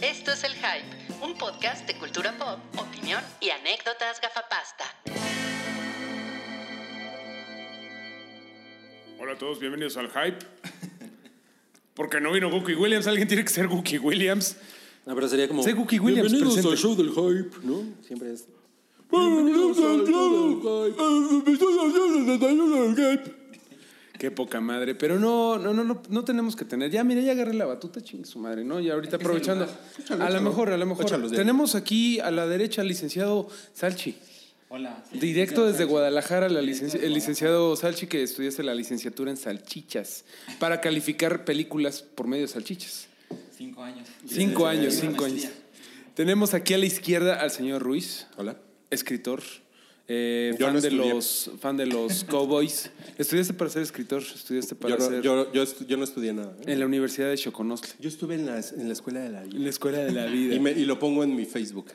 Esto es El Hype, un podcast de cultura pop, opinión y anécdotas gafapasta. Hola a todos, bienvenidos al Hype. Porque no vino Gookie Williams, alguien tiene que ser Gookie Williams. Ah, No, pero sería como. Sé Gookie Williams Bienvenidos presente". al show del hype, ¿no? Siempre es. Qué poca madre, pero no, no, no, no, no tenemos que tener. Ya, mira, ya agarré la batuta, chingue su madre, ¿no? Y ahorita aprovechando. a lo mejor, a lo mejor. Échalo de ahí. tenemos aquí a la derecha al licenciado Salchi. Hola. sí, Directo licenciado desde Sánchez. Guadalajara, la Directo licenci- desde el licenciado Salchi que estudiaste la licenciatura en salchichas para calificar películas por medio de salchichas. Guadalajara. Cinco años. Cinco Sí, años, sí, cinco maestría. años. Tenemos aquí a la izquierda al señor Ruiz, Hola. escritor, eh, Yo fan, no de estudié. los, fan de los Cowboys. Estudiaste para ser escritor, estudiaste para Yo no, ser yo, yo, estu- yo no estudié nada. ¿eh? en la Universidad de Choconostle, Yo estuve en la, en la escuela de la en vida. la Escuela de la Vida. Y, me- y lo pongo en mi Facebook.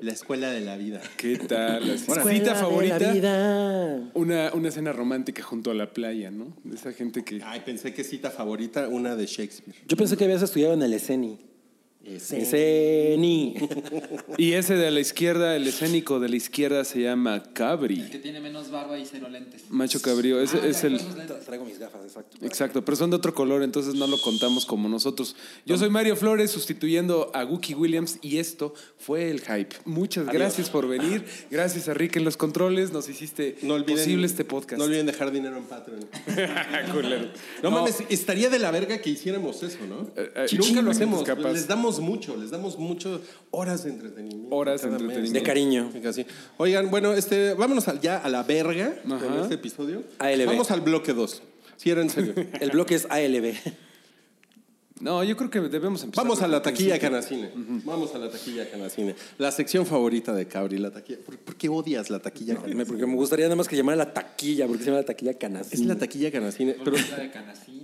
La escuela de la vida. ¿Qué tal? Así. Ahora, Cita favorita, vida. una, una cena romántica junto a la playa, ¿no? De esa gente que... Ay, pensé que cita favorita, una de Shakespeare. Yo pensé que habías estudiado en el ESENI. ESENI. Y ese de la izquierda, el escénico de la izquierda se llama El Cabri. que tiene menos barba y cero lentes. Macho Cabrío, ese Ah, es ya, el... esos lentes. Traigo mis gafas, exacto. Exacto, pero son de otro color, entonces no lo contamos como nosotros. Yo soy Mario Flores, sustituyendo a Guki Williams, y esto fue el hype. Muchas gracias por venir. Gracias a Rick en los controles, nos hiciste No olviden, posible este podcast. No olviden dejar dinero en Patreon. Culero. No. No, mames, estaría de la verga que hiciéramos eso, ¿no? Eh, eh, Nunca chingos, lo hacemos. capaz. Les damos mucho, les damos mucho horas de entretenimiento. Horas de cada mes. entretenimiento. De cariño. Así. Oigan, bueno, este, vámonos al- ya a la verga Ajá. de este episodio. ALB. Vamos al bloque 2. Si era en serio. El bloque es ALB. No, yo creo que debemos empezar. Vamos a desde la el taquilla principio. canacine. Vamos a la taquilla canacine. La sección favorita de Cabri, la taquilla. ¿Por, por qué odias la taquilla canacine? Me- Porque me gustaría nada más que llamara la taquilla, porque se llama la taquilla canasta. Es la taquilla canacine. Pero, Bolsita de canacín.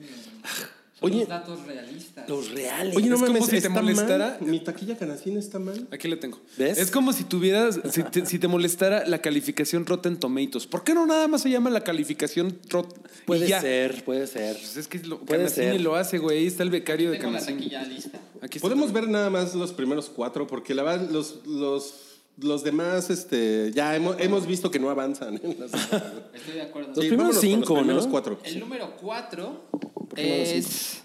Oye. Oye. datos realistas. Los reales. oye, no Es como mames, si te ¿está mal? molestara. Mi taquilla canacine está mal. Aquí la tengo. ¿Ves? Es como si tuvieras, si te, si te molestara la calificación Rotten Tomatoes. ¿Por qué no nada más se llama la calificación Rotten? Puede ser, puede ser. Pues es que lo, Puede Canacini ser. lo hace, güey. Ahí está el becario de Tengo la Canacini. taquilla lista. Aquí está. Podemos ver nada más los primeros cuatro, porque la verdad, los, los, los demás, este, ya hemos, hemos visto que no avanzan. en las- Estoy de acuerdo. Los Sí, primeros vámonos con cinco, los primeros ¿no? cuatro. El Sí. número cuatro es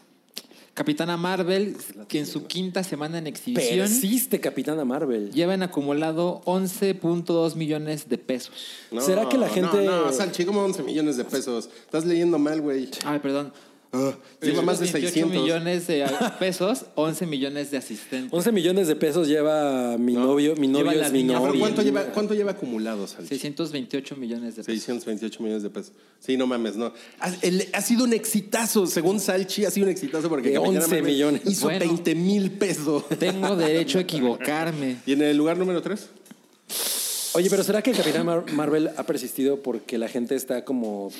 Capitana Marvel, que en su quinta semana en exhibición Persiste, Capitana Marvel. lleva en acumulado 11.2 millones de pesos. No, ¿Será que la gente- No, no, Salchi, como 11 millones de pesos. Estás leyendo mal, güey. Ay, perdón. Ah, lleva más de 28 600. millones de pesos, 11 millones de asistentes. 11 millones de pesos lleva mi novio. Mi novio Lleva la es mi niña. Ah, pero novio. ¿cuánto, lleva, ¿Cuánto lleva acumulado, Salchi? 628 millones de pesos. 628 millones de pesos. Sí, no mames, no. Ha, el- ha sido un exitazo, según Salchi, ha sido un exitazo porque De Capitana 11 Marvel millones. hizo Bueno. 20 mil pesos. Tengo derecho a equivocarme. ¿Y en el lugar número 3? Oye, pero ¿será que Capitana Mar- Marvel ha persistido porque la gente está como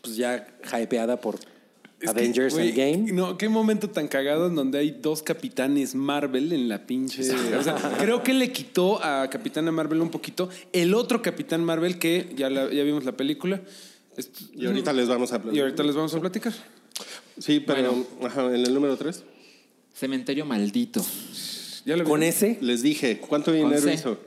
pues ya hypeada por Es que, Avengers güey, Endgame? No, qué momento tan cagado en donde hay dos capitanes Marvel en la pinche. o sea, creo que le quitó a Capitana Marvel un poquito. El otro Capitán Marvel que ya, la- ya vimos la película. Esto- Y ahorita les vamos a y ahorita les vamos a platicar. Sí, pero ajá, en el número 3 Cementerio maldito. Ya lo Con vimos. ese, les dije cuánto Con dinero C. hizo.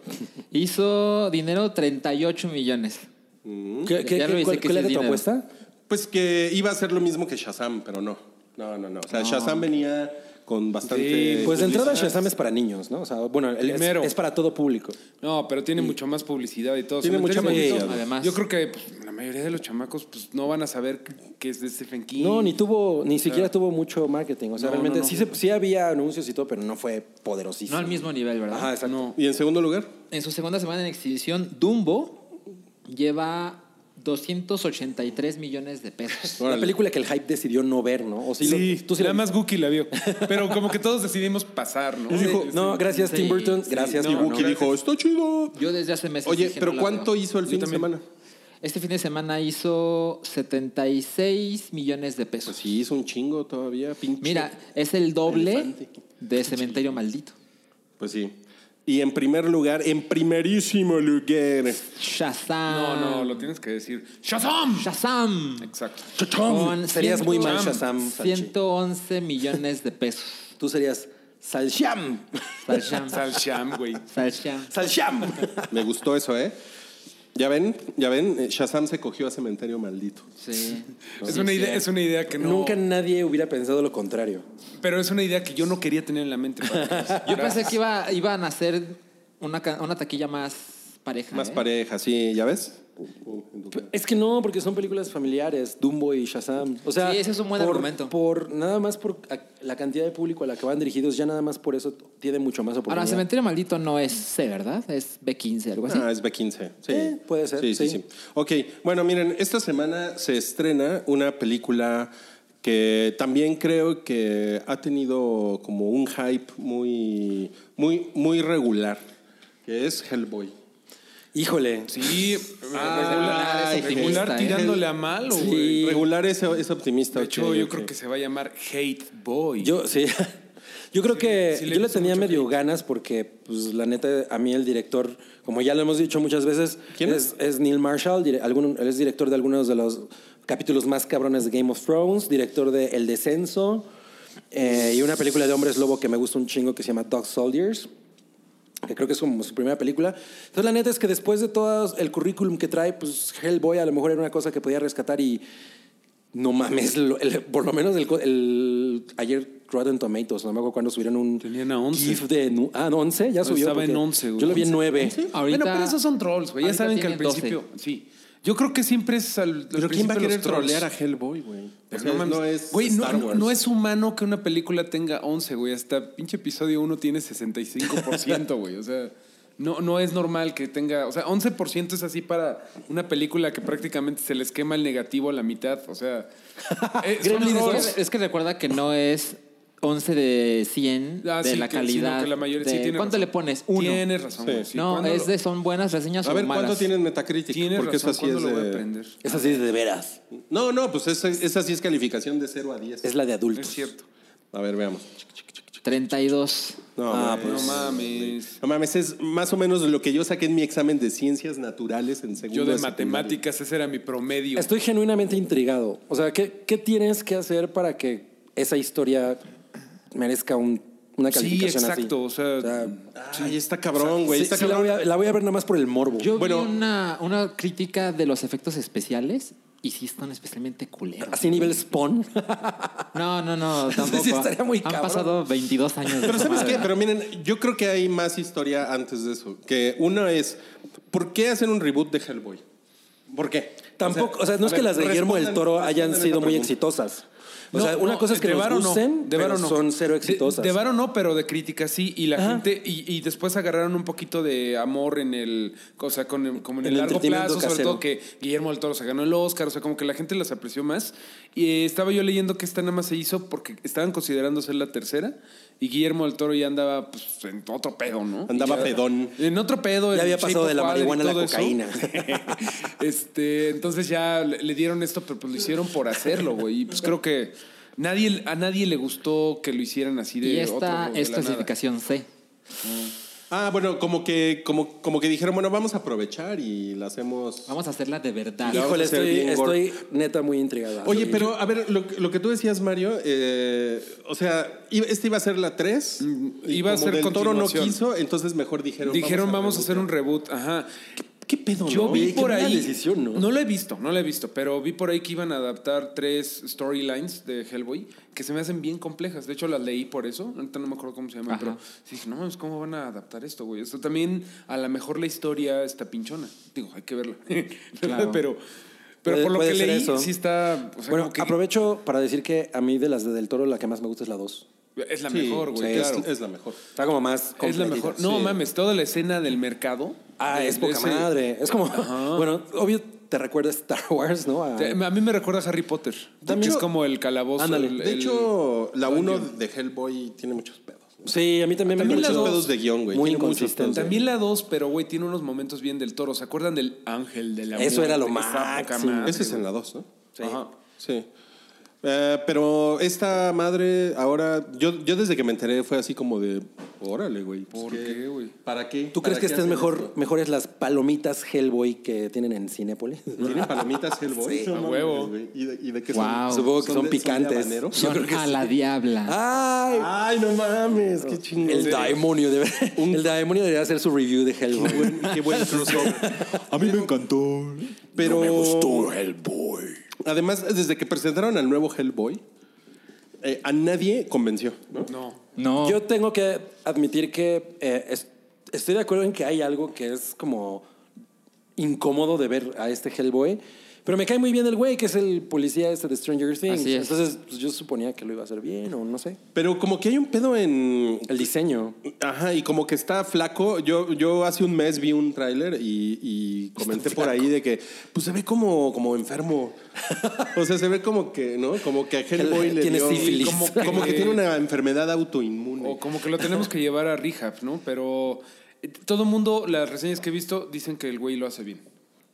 Hizo dinero 38 millones. ¿Mm? ¿qué, qué- Ya lo hice, cuál, que cuál era sí es tu dinero. apuesta? Pues que iba a ser lo mismo que Shazam, pero no. No, no, no. O sea, Shazam venía con bastante. Sí, Pues de entrada publicidad. Shazam es para niños, ¿no? O sea, bueno, el- es- Primero. Es, para todo público. No, pero tiene mucho más publicidad y todo. Tiene mucha Cementerio publicidad. Maldito, Además. Yo creo que pues, la mayoría de los chamacos pues, no van a saber que es de Stephen King. No, ni tuvo, ni siquiera tuvo mucho marketing. O sea, No, realmente no, no. Sí, se- sí había anuncios y todo, pero no fue poderosísimo. No al mismo nivel, ¿verdad? Ajá, exacto. No. ¿Y en segundo lugar? En su segunda semana en exhibición, Dumbo lleva 283 millones de pesos. La Órale. película que el hype decidió no ver, ¿no? O sí, lo- Sí, tú sí la nada más Guki la vio. Pero como que todos decidimos pasar, ¿no? viste. Dijo, Sí, sí. no, gracias Tim Sí, Burton, sí. gracias. y no, Buki no. dijo, está chido. Yo desde hace meses. Oye, dije, pero no la ¿cuánto veo. hizo el Yo fin también. de semana? Este fin de semana hizo 76 millones de pesos. Pues sí, hizo un chingo todavía, pinche. Mira, es el doble Elefante. de Cementerio Maldito. Pues sí. Y en primer lugar, en primerísimo lugar. Shazam. No, no, lo tienes que decir. ¡Shazam! Ah. Shazam. Exacto. Serías muy mal Shazam, Salchi. 111 millones de pesos. Tú serías Salsham. Salsham. Salsham, güey. Salsham. Salsham. Me gustó eso, ¿eh? Ya ven, ya ven, eh, Shazam se cogió a Cementerio Maldito. Sí. Es Sí, una, idea, sí. es una idea que no. Nunca nadie hubiera pensado lo contrario. Pero es una idea que yo no quería tener en la mente. Paco. Yo pensé que iba, iban a hacer una, ca- una taquilla más pareja. Más ¿eh? pareja, sí, ¿ya ves? Es que no, porque son películas familiares, Dumbo y Shazam. O sea, Sí, ese es un buen por- argumento. Por, nada más por a- la cantidad de público a la que van dirigidos, ya nada más por eso t- tiene mucho más oportunidad. Ahora, Cementerio Maldito no es C, ¿verdad? Es B15, algo así. Ah, es B15. Sí. Eh, puede ser, Sí, sí, sí. sí. Ok, bueno, miren, esta semana se estrena una película que también creo que ha tenido como un hype muy, muy, muy regular, que es Hellboy. Híjole. Sí, eh, regular regular, es optimista, regular ¿eh? tirándole a malo, Sí. güey. Regular es, es optimista. De ok, hecho, yo ok. creo que se va a llamar Hate Boy. Yo, sí. Yo creo que sí le yo le hizo tenía mucho medio ganas porque, pues, la neta, a mí el director, como ya lo hemos dicho muchas veces, ¿Quién es, es Neil Marshall. dire- algún- él es director de algunos de los capítulos más cabrones de Game of Thrones, director de El Descenso eh, y una película de hombres lobo que me gusta un chingo que se llama Dog Soldiers que creo que es como su primera película. Entonces, la neta es que después de todo el currículum que trae, pues Hellboy a lo mejor era una cosa que podía rescatar y no mames, lo- el- por lo menos el, co- el- ayer Rotten Tomatoes, no me acuerdo cuando subieron un Tenían a 11. GIF de... nu- Ah, no, 11, ya subió. Estaba porque en 11, güey. Yo lo vi en 9. Ahorita- bueno, pero esos son trolls, güey. Ya ahorita saben que al tienen 12. principio. Sí. Yo creo que siempre es al. al Pero ¿quién va principio a querer los trolls. trolear a Hellboy, güey? Pero O sea, no mames. Güey, no, Star no- Wars. no es humano que una película tenga 11, güey. Hasta pinche episodio 1 tiene 65%, güey. O sea, no, no es normal que tenga. O sea, 11% es así para una película que prácticamente se les quema el negativo a la mitad. O sea, eh, son Gremlins, es, trolls. que, es que recuerda que no es 11 de 100 Ah, de sí, la que- sino calidad. que la mayoría- sí, de- tiene ¿Cuánto razón. le pones? Uno. Tienes razón, güey. Sí, no, ¿cuándo es lo- de son buenas reseñas A o ver, ¿cuánto malas. tienen Metacritic? Tienes Porque razón, eso así ¿cuándo es lo voy a de- aprender? Es así de veras. No, no, pues esa, esa sí es calificación de 0 a 10. Es la de Es adultos. cierto. A ver, veamos. 32. No, Ah, pues, mames. No mames. No mames, es más o menos lo que yo saqué en mi examen de ciencias naturales en segundo Yo de secundaria. matemáticas, ese era mi promedio. Estoy genuinamente intrigado. O sea, ¿qué, qué tienes que hacer para que esa historia merezca un- una Sí, calificación así? exacto. O sea, Ay, está cabrón, güey. sí, está sí, la, cabrón. voy a, la voy a ver nada más por el morbo. Yo Bueno. vi una, una crítica de los efectos especiales y sí están especialmente culeros. así nivel spawn. No, no, no, tampoco. sí estaría muy Han cabrón. pasado 22 años. de Pero esa ¿sabes madre. qué? Pero miren, yo creo que hay más historia antes de eso. Que una es, ¿por qué hacen un reboot de Hellboy? ¿Por qué? Tampoco, o sea, no a es que ver, las de Guillermo del respondan- Toro hayan respondan sido esa muy pregunta. exitosas. O No, sea, una no, cosa es que de nos varo no, gusten, de pero varo no. son cero De- exitosas. De, varo no, pero de crítica sí. Y la Ajá. gente, y, y después agarraron un poquito de amor en el, o sea, con el- como en el, En el largo entretenimiento plazo, sobre casero. todo que Guillermo del Toro se ganó el Oscar, o sea, como que la gente las apreció más. Y eh, estaba yo leyendo que esta nada más se hizo porque estaban considerando ser la tercera y Guillermo del Toro ya andaba pues, en otro pedo, ¿no? Andaba Y ya- pedón. En otro pedo. en Ya había Shape pasado of de la Water y marihuana a la todo eso. cocaína. Este, entonces ya le le dieron esto, pero pues lo hicieron por hacerlo, güey. Y pues creo que nadie, a nadie le gustó que lo hicieran así de Y otro, esta güey, de es la nada. clasificación C. Ah, bueno, como que, como, como que dijeron, bueno, vamos a aprovechar y la hacemos. Vamos a hacerla de verdad. la vamos Híjole, a hacer estoy, bien gore. estoy neta muy intrigada. Oye, Sí. pero a ver, lo, lo que tú decías, Mario, eh, o sea, iba- esta iba a ser la 3. iba a ser el toro no continuación. quiso, entonces mejor dijeron. Dijeron vamos a hacer un reboot, ajá. ¿Qué pedo, Yo no? vi Oye, qué por buena ahí. decisión, ¿no? lo he visto, no lo he visto, pero vi por ahí que iban a adaptar tres storylines de Hellboy que se me hacen bien complejas. De hecho, las leí por eso. Ahorita no me acuerdo cómo se llama, Ajá. pero sí dije, no mames, ¿cómo van a adaptar esto, güey? Esto también, a lo mejor la historia está pinchona. Digo, hay que verla. Claro. pero pero Puede- por lo puede que ser leí, eso. sí está. o sea, bueno, como que aprovecho para decir que a mí de las de del Toro la que más me gusta es la 2. es la Sí, mejor, güey, sí, es- claro. Es, la mejor. Está como más Es la mejor. completita. No sí. mames, toda la escena del mercado. Ah, de- es de poca ese- madre. Es como, bueno, obvio te recuerda a Star Wars, ¿no? A- Te- A mí me recuerda a Harry Potter. También es hecho- como el calabozo. Ándale. el- De el- hecho, la 1 de Hellboy tiene muchos pedos. Sí, a mí también, También me las pareció dos de guión, güey. Muy Tiene muchos inconsistente. pedos de También la 2, pero güey, tiene unos momentos bien del toro. ¿Se acuerdan del ángel de la Eso era lo Muerte? Está poca máximo. madre, Ese es Ah, güey. en la 2, ¿no? Sí. Ajá. Sí. Eh, pero esta madre, ahora, yo, yo desde que me enteré fue así como de, Órale, güey. ¿Por Pues, qué, güey? ¿Para qué? ¿Tú crees ¿Para que qué estén hacen mejor, esto? mejores las palomitas Hellboy que tienen en Cinépolis? ¿Tienen palomitas Hellboy? Sí. No A mames, huevo. güey. ¿Y de, y de qué Wow. son? Supongo que son de- picantes. de habanero? Son a la Ah, diabla. ¡Ay! Ay, no mames, qué chingón. El demonio, debe- el demonio debería hacer su review de Hellboy. Qué buen crossover. A mí me encantó. Pero Hellboy. además, desde que presentaron al nuevo Hellboy, eh, a nadie convenció, ¿no? No. Yo tengo que admitir que eh, es- estoy de acuerdo en que hay algo que es como incómodo de ver a este Hellboy, pero me cae muy bien el güey que es el policía este de Stranger Things. Así es. Entonces pues, yo suponía que lo iba a hacer bien o no sé. Pero como que hay un pedo en... El diseño. Ajá, y como que está flaco. Yo, yo hace un mes vi un tráiler y, y comenté por ahí de que pues se ve como, como enfermo. o sea, se ve como que, ¿no? Como que a Hellboy le Tiene dio... sífilis. Como que, como que tiene una enfermedad autoinmune. O como que lo tenemos que llevar a rehab, ¿no? Pero eh, todo mundo, las reseñas que he visto, dicen que el güey lo hace bien.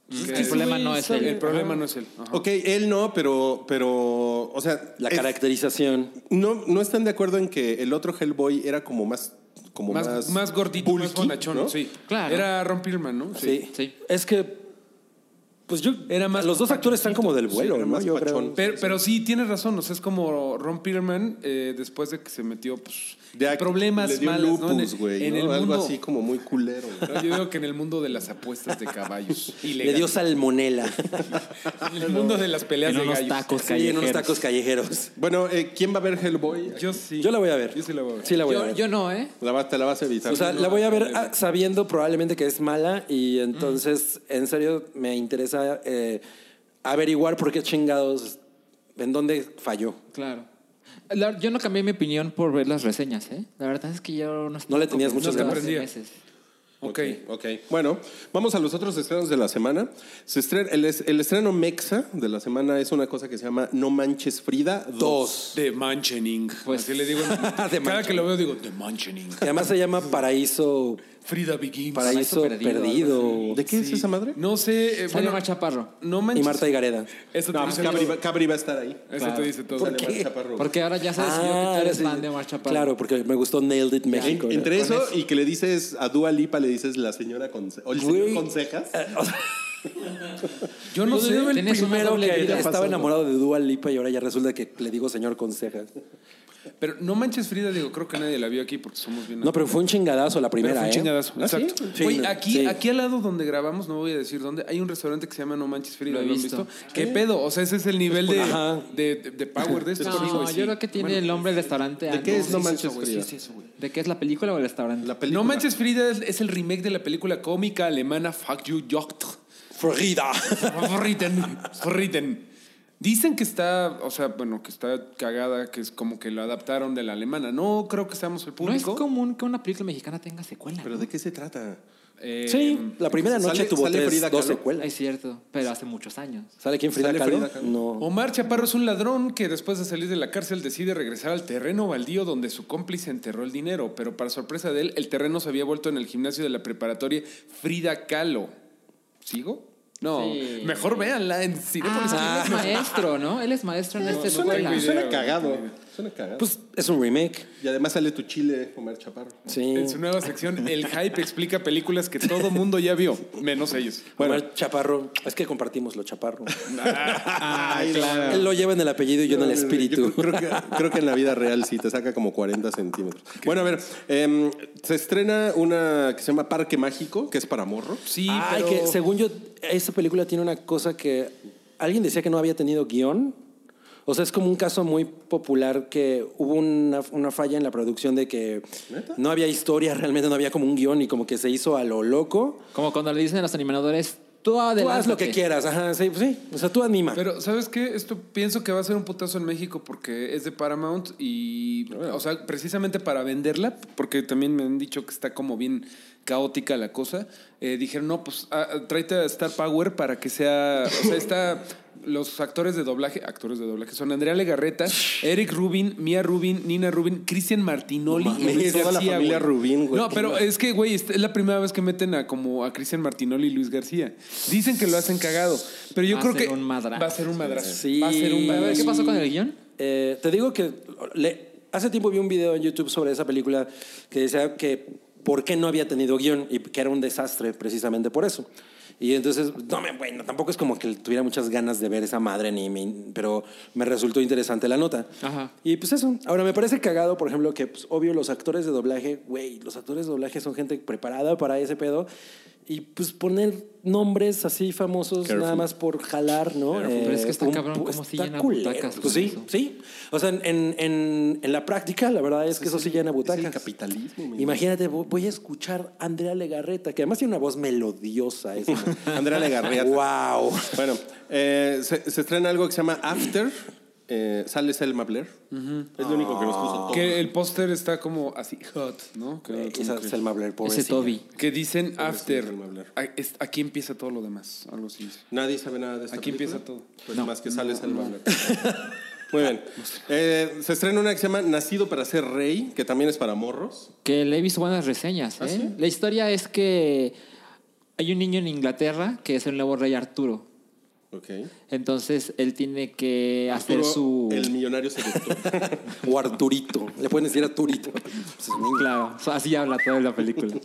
Mm. Que el problema no es el él. Ah. problema no es él. Ajá. Ok, él no, pero, pero, o sea, La es- caracterización. no, no están de acuerdo en que el otro Hellboy era como más, como más, Más, más, gordito, más bulky, bonachón, ¿no? sí. Claro. Era Ron Perlman, ¿no? Sí. Sí. Es que. Pues yo. Era más los dos actores están como del vuelo, Sí, era ¿no? más Yo pachón. creo. Pero, pero sí, tienes razón. O sea, es como Ron Perlman eh, después de que se metió pues, Ya en problemas le dio malos ¿no? en, lupus, el- güey, en ¿no? el Algo mundo. así como muy culero. güey. No, Yo digo que en el mundo de las apuestas de caballos. Le dio salmonela. en el mundo de las peleas En de unos gallos. tacos Sí, en unos callejeros. tacos callejeros. Bueno, eh, ¿quién va a ver Hellboy? Yo sí. Yo la voy a ver. Yo sí la voy a ver. Sí, la voy a Yo, ver. yo no, ¿eh? La va- te la vas a evitar. o sea, la voy a ver ah, sabiendo probablemente que es mala y entonces, en serio, me interesa eh, averiguar por qué chingados, en dónde falló. Claro. La- yo no cambié mi opinión por ver las reseñas, ¿eh? La verdad es que yo no No le tenías muchas muchos ganas. meses. Ok. ok. Bueno, vamos a los otros estrenos de la semana. Se estrena- el, es- el estreno Mexa de la semana es una cosa que se llama No Manches Frida 2. De Manchening. Pues- Así le digo. Cada que lo veo digo, de Manchening. Que además se llama Paraíso, Frida Begins. paraíso Paraíso Perdido. Perdido, ¿De qué es esa madre? No sé. eh, Sale bueno, Omar Chaparro. no Y manches. Marta y Gareda. Eso te No, dice Cabri, todo. va- Cabri va a estar ahí. Eso te dice todo. ¿Por qué? Chaparro. Porque ahora ya sabes que yo Ah, que eres sí. fan de Omar Chaparro. Claro, porque me gustó Nailed It México. ¿no? Entre eso y que le dices a Dua Lipa, le dices la señora conce o el Güey. señor consejas. Yo no Yo sé. era el tienes una primero doble que vida estaba pasando. enamorado de Dua Lipa y ahora ya resulta que le digo señor consejas. Pero no manches Frida, digo, creo que nadie la vio aquí porque somos bien. No, pero fue un chingadazo la Pero primera, fue un ¿eh? chingadazo. ¿Ah, sí? Exacto. Sí, Güey, no, aquí, sí. aquí al lado donde grabamos, no voy a decir dónde, hay un restaurante que se llama No Manches Frida. Lo he ¿Lo, han visto. visto? ¿Qué pedo? O sea, ese es el nivel de, Ajá. de, de- de power de esto. No, yo creo que tiene el nombre del restaurante. ¿De qué es No antes. Manches Frida? ¿De qué es la película o el restaurante? La película. No Manches Frida es, es el remake de la película cómica alemana Fuck You Yacht. Frida. Fritten, Fritten. Dicen que está, o sea, bueno, que está cagada, que es como que lo adaptaron de la alemana. No creo que seamos el no es público. común que una película mexicana tenga secuela. ¿Pero de qué se trata? Eh, Sí, la primera sale- noche tuvo sale tres, Frida dos Kahlo. secuelas. Es cierto, pero hace muchos años. ¿Sale quién Frida ¿Sale Kahlo? Frida Kahlo? No. Omar Chaparro es un ladrón que después de salir de la cárcel decide regresar al terreno baldío donde su cómplice enterró el dinero, pero para sorpresa de él, el terreno se había vuelto en el gimnasio de la preparatoria Frida Kahlo. ¿Sigo? No, Sí. mejor véanla en Cinépolis. Ah, él es maestro, ¿no? Él es maestro en esta Suena, escuela. idea, suena güey. cagado. Suena cagado. Pues es un remake. y además sale tu chile, Omar Chaparro. Sí. En su nueva sección, El Hype explica películas que todo mundo ya vio, menos ellos. Bueno, Chaparro, es que compartimos lo Chaparro. Ay, claro. Él lo lleva en el apellido y yo en el espíritu. creo, que, creo que en la vida real sí te saca como 40 centímetros. Bueno, a ver, em, se estrena una que se llama Parque Mágico, que es para morros. Sí, Ay, pero... que según yo, esa película tiene una cosa que alguien decía que no había tenido guión. O sea, es como un caso muy popular que hubo una, una falla en la producción de que no había historia, realmente no había como un guión y como que se hizo a lo loco. Como cuando le dicen a los animadores, tú Tú adelante. haz lo que quieras, ajá, sí, pues sí. O sea, tú anima. Pero, ¿sabes qué? Esto pienso que va a ser un putazo en México porque es de Paramount y, o sea, precisamente para venderla, porque también me han dicho que está como bien caótica la cosa, eh, dijeron, no, pues ah, ah, tráete a Star Power para que sea, o sea, está... Los actores de doblaje, actores de doblaje, son Andrea Legarreta, Eric Rubin, Mia Rubin, Nina Rubin, Cristian Martinoli, No mames, Luis toda la García, familia Rubin, güey. No, pero es que, güey, esta es la primera vez que meten a como a Cristian Martinoli y Luis García. Dicen que lo hacen cagado, pero yo Va a creo ser que un madrazo. va a ser un madrazo. Sí. Va a ser un A ver, madrazo. ¿qué pasó con el guión? Eh, te digo que le- hace tiempo vi un video en YouTube sobre esa película que decía que por qué no había tenido guión y que era un desastre precisamente por eso. Y entonces, no me, bueno, tampoco es como que tuviera muchas ganas de ver esa madre, ni me- pero me resultó interesante la nota. Ajá. Y pues eso. Ahora, me parece cagado, por ejemplo, que pues, obvio los actores de doblaje, güey, los actores de doblaje son gente preparada para ese pedo. Y pues poner nombres así famosos Careful. nada más por jalar, ¿no? Pero es que está Eh, un cabrón pu- cómo sí está llena culero. butacas Pues con sí, eso. sí. O sea, en, en- en la práctica, la verdad es que eso sí llena Es el butacas. capitalismo. mi Imagínate, vo- voy a escuchar a Andrea Legarreta, que además tiene una voz melodiosa. esa. Andrea Legarreta. ¡Wow! Bueno, eh, se, se estrena algo que se llama After. Eh, sale Selma Blair. Es lo único que nos puso todo. Que el póster está como así hot, ¿no? Que- como Eh, Esa que- Selma Blair, Ese pobrecita. Toby. Que dicen after. Selma Blair. a- es- Aquí empieza todo lo demás. Algo así. dice. Nadie sabe nada de esta Aquí película? empieza todo. Pues más que sale Selma Blair. Muy bien. Eh, se estrena una que se llama Nacido para ser rey, que también es para morros. Que le he visto buenas reseñas. ¿Ah, ¿eh? La historia es que hay un niño en Inglaterra que es el nuevo rey Arturo. Ok. Entonces él tiene que hacer Arturo, su. El millonario seductor. O Arturito. Le pueden decir Arturito. Claro, so- así habla toda la película.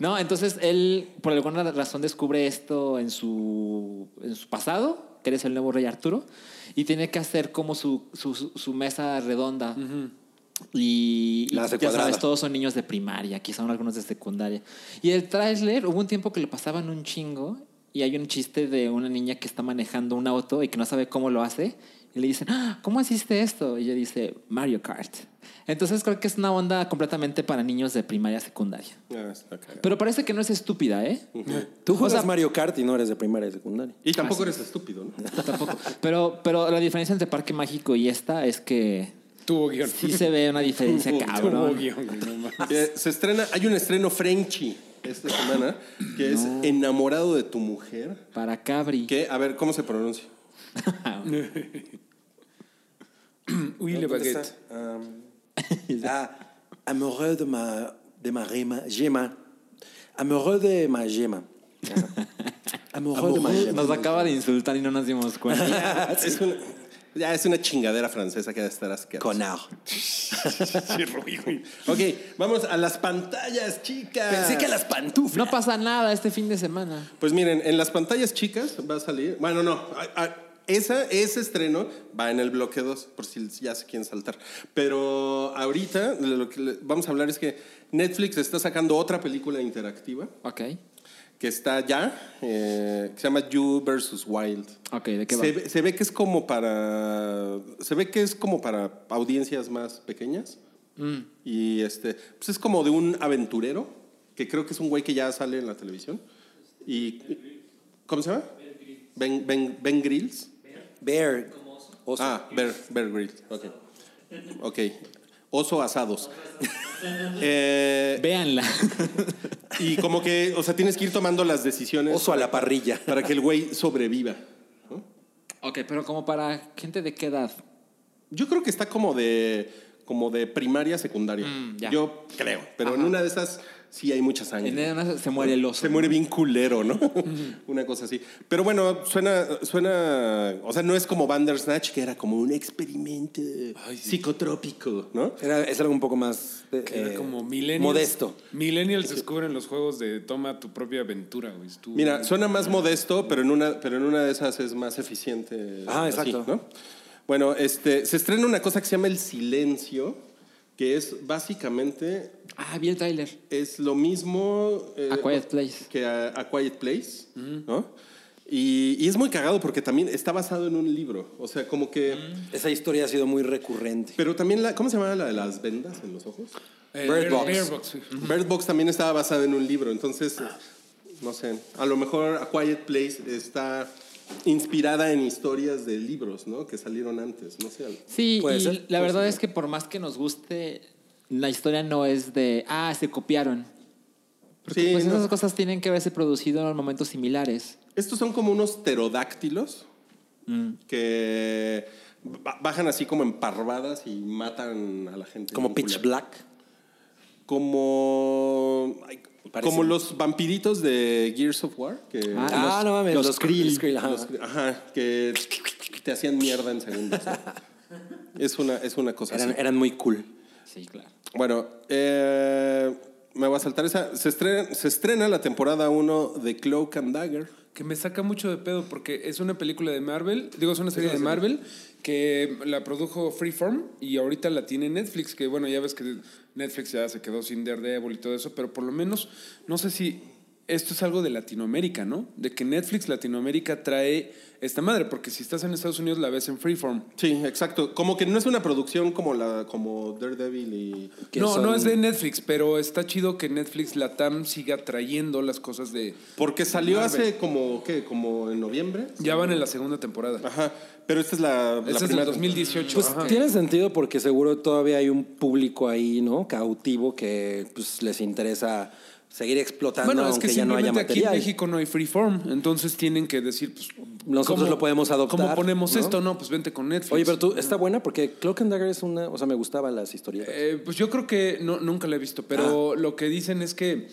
No, entonces él por alguna razón descubre esto en su, en su pasado, que eres el nuevo rey Arturo, y tiene que hacer como su, su, su mesa redonda. Y, y pues, La hace ya sabes, cuadrada. todos son niños de primaria, aquí son algunos de secundaria. Y el tráiler, hubo un tiempo que lo pasaban un chingo y hay un chiste de una niña que está manejando un auto y que no sabe cómo lo hace. Y le dicen, "Ah, ¿cómo hiciste esto? Y ella dice, Mario Kart. Entonces creo que es una onda completamente para niños de primaria, secundaria. Ah, está cagado. Pero parece que no es estúpida, ¿eh? Tú juegas O sea- Mario Kart y no eres de primaria y secundaria. y tampoco eres estúpido, ¿no? Tampoco. Pero, pero la diferencia entre Parque Mágico y esta es que Tuvo guión. sí se ve una diferencia Tuvo cabrón. guión. güey, no mames. Eh, se estrena, hay un estreno Frenchy esta semana, que es Enamorado de tu mujer. Para Cabri. Que, a ver, ¿cómo se pronuncia? Uy, le ¿Dónde baguette. está? Um, ah, amoureux de ma, de ma rema- yema. Amoureux de ma yema. Ajá. Amoureux de ma yema. Nos acaba de insultar y no nos dimos cuenta. Es una, ya es una chingadera francesa que ha de estar asquerosa. Conar. Ok, vamos a las pantallas, chicas. Pensé que las pantuflas. No pasa nada este fin de semana. Pues miren, en las pantallas chicas va a salir. Bueno, no. a- a- esa, ese estreno va en el bloque 2, por si ya se quieren saltar. Pero ahorita lo que le- vamos a hablar es que Netflix está sacando otra película interactiva Ok. que está ya, eh, que se llama You versus Wild. Ok, ¿de qué va? Se ve, se ve que es como para se ve que es como para audiencias más pequeñas Mm. y este pues es como de un aventurero que creo que es un güey que ya sale en la televisión y cómo se llama Ben Ben Ben Grills Bear. Oso. ah Bear, Bear Grylls ok ok oso asados Eh, Véanla. y como que o sea tienes que ir tomando las decisiones Oso a la parrilla. para que el güey sobreviva ok, pero como para gente de qué edad. Yo creo que está como de como de primaria secundaria. Mm, ya. Yo creo, pero en una de esas sí hay mucha En sangre. edad no se- se muere el oso. Se muere bien culero, ¿no? una cosa así. Pero bueno, suena suena, o sea, no es como Bandersnatch que era como un experimento psicotrópico, ¿no? Era, es algo un poco más. eh, Que era como eh, millennials. Modesto. Millennials descubren los juegos de toma tu propia aventura, güey. Estuvo- Mira, suena más modesto, pero en una, pero en una de esas es más eficiente. Ah, así, exacto. ¿no? Bueno, este, se estrena una cosa que se llama el silencio, que es básicamente Ah, vi el tráiler. es lo mismo eh, A Quiet Place. que a, a Quiet Place, ¿no? Y, y es muy cagado porque también está basado en un libro, o sea, como que... Esa historia ha sido muy recurrente. Pero también, la, ¿cómo se llama la de las vendas en los ojos? Eh, Bird Bird Box. Bird Box, güey. Bird Box también estaba basada en un libro, entonces, no sé, a lo mejor a Quiet Place está inspirada en historias de libros, ¿no? Que salieron antes, no sé. Sí, Puede y ser, la puede verdad ser. es que por más que nos guste, la historia no es de, ah, se copiaron. Porque Sí, pues no. esas cosas tienen que haberse producido en momentos similares. Estos son como unos pterodáctilos Mm. que ba- bajan así como en parvadas y matan a la gente. Como bien Pitch culero. Black. Como. ay, Parece- Como los vampiritos de Gears of War. Que, Ah, Ah, los- no mames. los Krill. ajá. los- ajá, que te hacían mierda en segundos. ¿no? es, una, es una cosa eran, así. eran muy cool. Sí, claro. Bueno, eh, me voy a saltar esa. Se estrena, se estrena la temporada 1 de Cloak and Dagger. Que me saca mucho de pedo porque es una película de Marvel, digo, es una serie de Marvel que la produjo Freeform y ahorita la tiene Netflix, que bueno, ya ves que Netflix ya se quedó sin Daredevil y todo eso, pero por lo menos, no sé si esto es algo de Latinoamérica, ¿no? De que Netflix Latinoamérica trae esta madre, porque si estás en Estados Unidos la ves en Freeform. Sí, exacto. Como que no es una producción como la como Daredevil y que No, son- no es de Netflix, pero está chido que Netflix Latam siga trayendo las cosas de... porque salió Marvel. hace como qué, como en noviembre. Ya van en la segunda temporada. Ajá, pero esta es la, la Esta es primera del 2018. Pues ajá. tiene sentido porque seguro todavía hay un público ahí, ¿no? Cautivo que pues, les interesa seguir explotando Bueno, es aunque que ya no simplemente haya aquí en material. México no hay freeform, entonces tienen que decir, pues. Nosotros lo podemos adoptar, ¿Cómo ponemos ¿no? esto? No, pues vente con Netflix. Oye, pero tú, está buena porque Cloak and Dagger es una, o sea, me gustaban las historias. Eh, pues yo creo que no, nunca la he visto, Ah. pero lo que dicen es que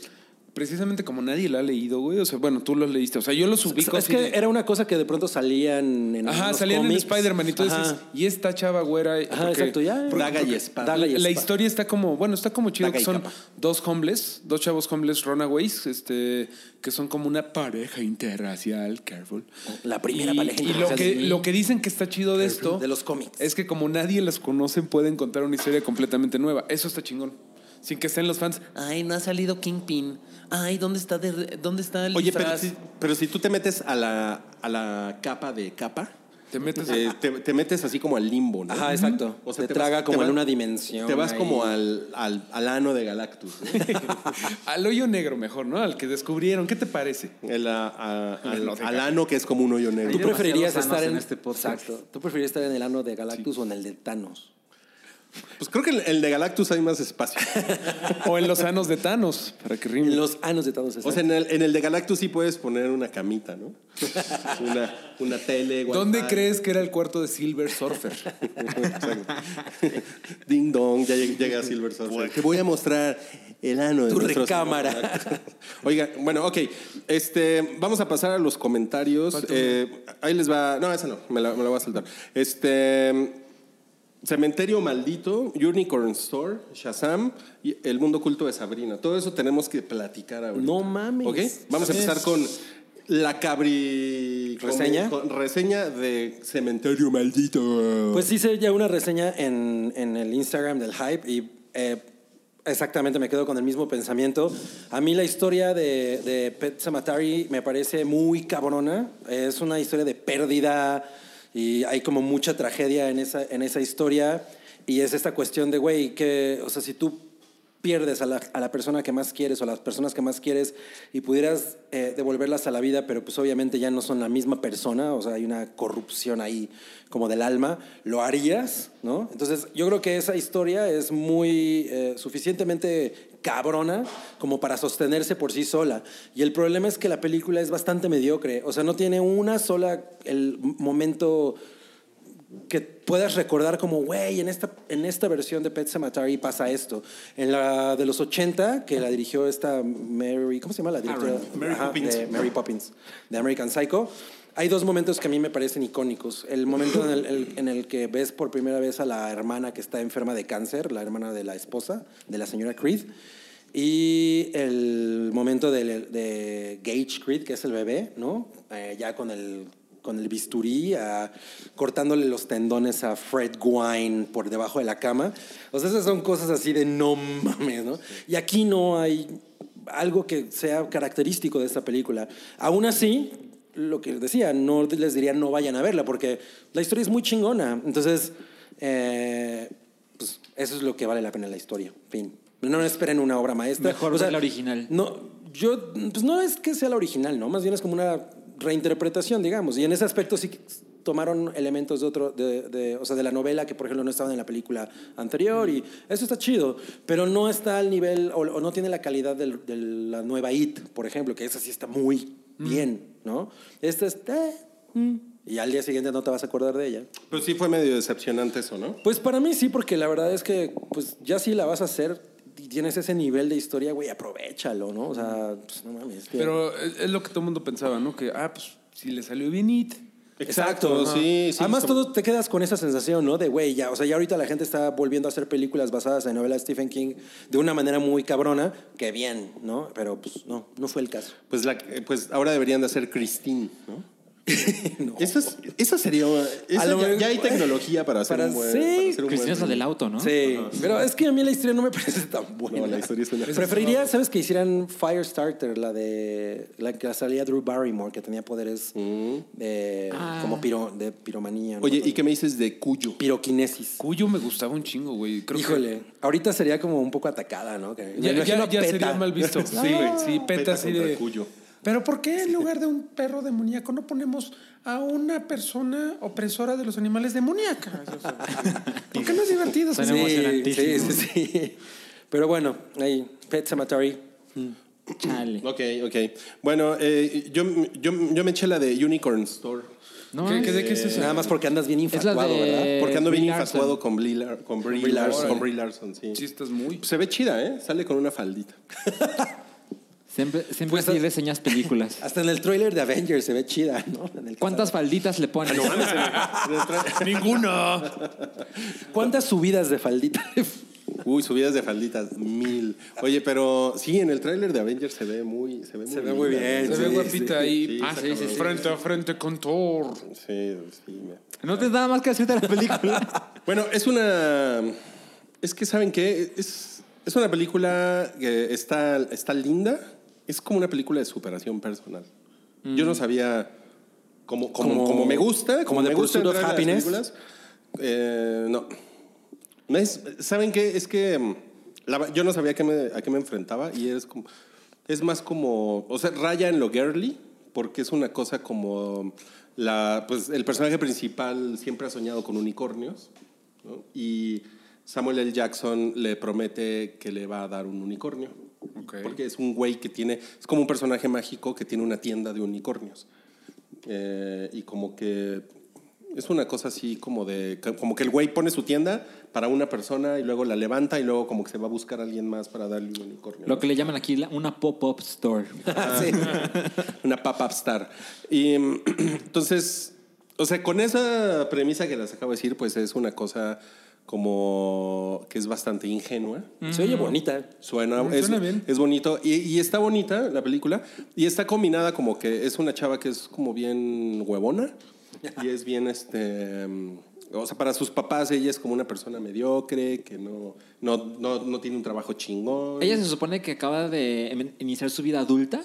precisamente como nadie la ha leído, güey. O sea, bueno, tú los leíste. O sea, yo los ubico. es así que de- era una cosa que de pronto salían en Ajá, unos salían cómics. en Spider-Man y tú dices, Ajá. y esta chava güera. eh, Ajá, porque- exacto, ya. eh, porque- Daga y porque espada. Daga y La espada. historia está como, bueno, está como chido Daga que y son capa. dos homeless, dos chavos homeless runaways, este, que son como una pareja interracial, careful. La primera y, pareja y lo interracial. que, lo que dicen que está chido de esto de los cómics. es que como nadie las conoce, pueden contar una historia completamente nueva. Eso está chingón. Sin que estén los fans. Ay, no ha salido Kingpin. Ay, ¿dónde está, de- dónde está el Oye, pero disfraz?" si, pero si tú te metes a la, a la capa de capa, Te metes... eh, te, te metes así como al limbo, ¿no? Ajá, exacto. O sea, te, te traga vas- te como vas- en una dimensión. Te vas ahí. como al, al, al ano de Galactus. ¿no? Al hoyo negro mejor, ¿no? Al que descubrieron. ¿Qué te parece? El, a- a- al, Lo de al ano que es como un hoyo ¿Tú negro. demasiados preferirías anos estar en, en este podcast. Exacto. ¿Tú preferirías estar en el ano de Galactus o en el de Thanos? Pues creo que en el de Galactus hay más espacio. O en los anos de Thanos, para que rime. En los anos de Thanos. O sea, en el, en el de Galactus sí puedes poner una camita, ¿no? Una, una tele. wifi. ¿Dónde crees que era el cuarto de Silver Surfer? Exacto. Ding dong, ya lleg- llega Silver Surfer. Te voy a mostrar el ano de Tu nuestro recámara. señor Galactus. Oiga, bueno, ok. Este, vamos a pasar a los comentarios. Eh, ahí les va. No, esa no, me la, me la voy a saltar. Este. Cementerio Maldito, Unicorn Store, Shazam y El Mundo Oculto de Sabrina. Todo eso tenemos que platicar ahorita. No mames. ¿Ok? Vamos a empezar con la cabri... ¿Reseña? con- reseña de Cementerio Maldito. Pues hice ya una reseña en, en el Instagram del Hype y eh, exactamente me quedo con el mismo pensamiento. A mí la historia de, de Pet Samatari me parece muy cabrona. Es una historia de pérdida y hay como mucha tragedia en esa, en esa historia. Y es esta cuestión de, güey, que, o sea, si tú pierdes a la, a la persona que más quieres o a las personas que más quieres y pudieras eh, devolverlas a la vida, pero pues obviamente ya no son la misma persona, o sea, hay una corrupción ahí como del alma, lo harías, ¿no? Entonces yo creo que esa historia es muy eh, suficientemente cabrona como para sostenerse por sí sola. Y el problema es que la película es bastante mediocre, o sea, no tiene una sola, el momento que puedas recordar como, güey, en esta, en esta versión de Pet Sematary pasa esto. En la de los 80, que la dirigió esta Mary, ¿cómo se llama la directora? Mary Ajá, Poppins. De Mary Poppins, de American Psycho. Hay dos momentos que a mí me parecen icónicos. El momento en el, el- en el que ves por primera vez a la hermana que está enferma de cáncer, la hermana de la esposa, de la señora Creed. Y el momento de, de Gage Creed, que es el bebé, ¿no? Eh, ya con el, con el bisturí, a- cortándole los tendones a Fred Gwynne por debajo de la cama. O sea, esas son cosas así de no mames, ¿no? Y aquí no hay algo que sea característico de esta película. Aún así, lo que decía, no les diría no vayan a verla, porque la historia es muy chingona. Entonces, eh, pues eso es lo que vale la pena la historia. Fin. No esperen una obra maestra. Mejor ver la original. No, yo, pues no es que sea la original, ¿no? Más bien es como una reinterpretación, digamos. Y en ese aspecto sí que tomaron elementos de otro, de, de- o sea, de la novela que, por ejemplo, no estaban en la película anterior. Y eso está chido, pero no está al nivel, o, o no tiene la calidad del- de la nueva IT, por ejemplo, que esa sí está muy bien, ¿no? Esta está... mm, y al día siguiente no te vas a acordar de ella. Pero sí fue medio decepcionante eso, ¿no? Pues para mí sí, porque la verdad es que pues ya si la vas a hacer y tienes ese nivel de historia, güey, aprovechalo, ¿no? O sea, pues no mames. que- Pero es es lo que todo el mundo pensaba, ¿no? Que, ah, pues si le salió bien It, Exacto, Ajá. sí, sí, Además, está- todo te quedas con esa sensación, ¿no? De güey, ya, o sea, ya ahorita la gente está volviendo a hacer películas basadas en novelas de Stephen King de una manera muy cabrona, que bien, ¿no? Pero pues no, no fue el caso. Pues, la, eh, pues ahora deberían de hacer Christine, ¿no? No. Esa, es- esa sería. esa A lo ya, mejor- ya hay tecnología para hacer Para- un buen. sí, para hacer un Cristina es la buen- del auto, ¿no? Sí, pero es que a mí la historia no me parece tan buena. No, la historia es una- Preferiría, ¿sabes? Que hicieran Firestarter, la de la que salía Drew Barrymore, que tenía poderes de, Ah. como piro, de piromanía. ¿no? Mm. Oye, ¿y qué me dices de Cuyo? Piroquinesis. Cuyo me gustaba un chingo, güey. Creo que- Híjole, ahorita sería como un poco atacada, ¿no? Que- me Ya, ya- imagino ya Peta. sería mal visto. Sí, güey. Sí, peta Peta así contra de. Cuyo. Pero ¿por qué en lugar de un perro demoníaco no ponemos a una persona opresora de los animales demoníacas? O sea, ¿Por qué no es divertido? Suena Sí, sí, emocionantísimo. sí, sí. Pero bueno, ahí, Pet Cemetery. Chale. Ok, ok. Bueno, eh, yo, yo, yo me eché la de Unicorn Store. No, ¿Qué- qué- es- de qué es eso? Nada más porque andas bien Es la infatuado, ¿eh? de- ¿verdad? Porque ando Brie bien Larson. infatuado con Brie, Lar- con Brie, Brie Larson. Larson. Con Brie Larson, sí. Chistes muy. Se ve chida, ¿eh? Sale con una faldita. Siempre, siempre así estás- reseñas películas. Hasta en el tráiler de Avengers se ve chida, ¿no? En el ¿Cuántas falditas le pones? Ah, Ninguno. ¿Cuántas subidas de faldita? Uy, subidas de falditas, mil. Oye, pero sí, en el tráiler de Avengers se ve muy, se ve muy, Se ve muy linda, bien, ¿no? Se ve Sí, guapita ahí. sí, Ah, está sí, sí, sí. Frente a frente con Thor. Sí, sí. me- No te nada más que decirte la película. Bueno, es una. Es que, ¿saben qué? Es, es una película que está, está linda. Es como una película de superación personal. Yo no sabía. Como, como, Como- como me gusta. Como, como The me gusta Pursuit of entrar a las Happiness. películas. Eh, no. No es- ¿Saben qué? Es que. mm, la- yo no sabía a qué, me, a qué me enfrentaba y es como. Es más como. O sea, raya en lo girly, porque es una cosa como. La, pues el personaje principal siempre ha soñado con unicornios. ¿no? Y Samuel L. Jackson le promete que le va a dar un unicornio. Ok. Porque es un güey que tiene, es como un personaje mágico que tiene una tienda de unicornios. Eh, y como que es una cosa así como de, como que el güey pone su tienda para una persona y luego la levanta y luego como que se va a buscar a alguien más para darle un unicornio. Lo ¿no? que le llaman aquí la- una pop-up store. una pop-up star. Y mm, entonces, o sea, con esa premisa que les acabo de decir, pues es una cosa como que es bastante ingenua. Se oye bonita. Suena, Mm, es, suena bien. es bonito. Y, y está bonita la película. Y está combinada como que es una chava que es como bien huevona. Y es bien, este... mm, O sea, para sus papás ella es como una persona mediocre, que no, no, no, no tiene un trabajo chingón. Ella se supone que acaba de em- iniciar su vida adulta.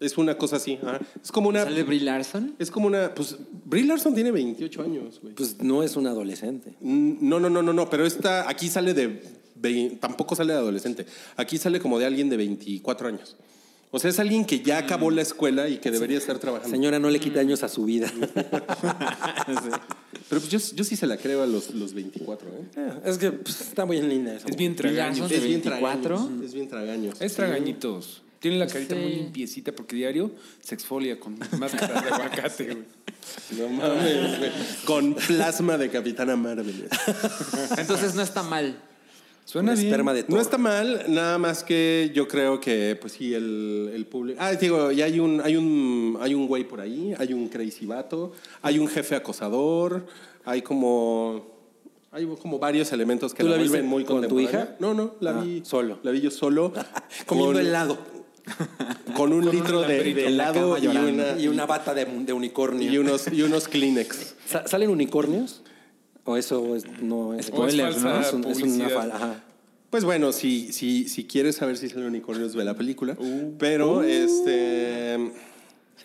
Es una cosa así. ajá. Es como una... Sale Brie Larson. Es como una... Pues Brie Larson tiene 28 años, güey. Pues no es un adolescente. Mm, No, no, no, no, no, pero esta aquí sale de, vein- tampoco sale de adolescente. Aquí sale como de alguien de 24 años. O sea, es alguien que ya acabó la escuela y que debería estar trabajando. Señora, no le quita años a su vida. Pero pues yo, yo sí se la creo a los, los 24, ¿eh? es que pues, está muy linda. esa Es bien Brie tragaño. Larson de 24. tragaños, Es bien tragaños. Es tragañitos. Tiene la carita muy Sí. limpiecita porque diario se exfolia con máscara de aguacate, güey. No mames, güey. Con plasma de Capitana Marvel. Entonces no está mal. Suena Un bien. esperma de No está mal, nada más que yo creo que, pues sí, el, el público. Ah, digo, ya hay un, hay un, hay un güey por ahí, hay un crazy vato, hay un jefe acosador, hay como. Hay como varios elementos que ¿Tú la, la viste vuelven muy con tu contemporánea. hija? No, no, la Ah, vi solo. La vi yo solo. Comiendo con- helado. Con un litro de, de alambrito en la helado cama y llorando. una- Y una bata de, de unicornio. y unos, y unos Kleenex. Sa- ¿Salen unicornios? ¿O eso es- no O es es Spoiler, falsa ¿no? Es, un- es una publicidad. fal- ajá. Pues bueno, si, si, si quieres saber si sale unicornios, ve la película. Uh, Pero, este...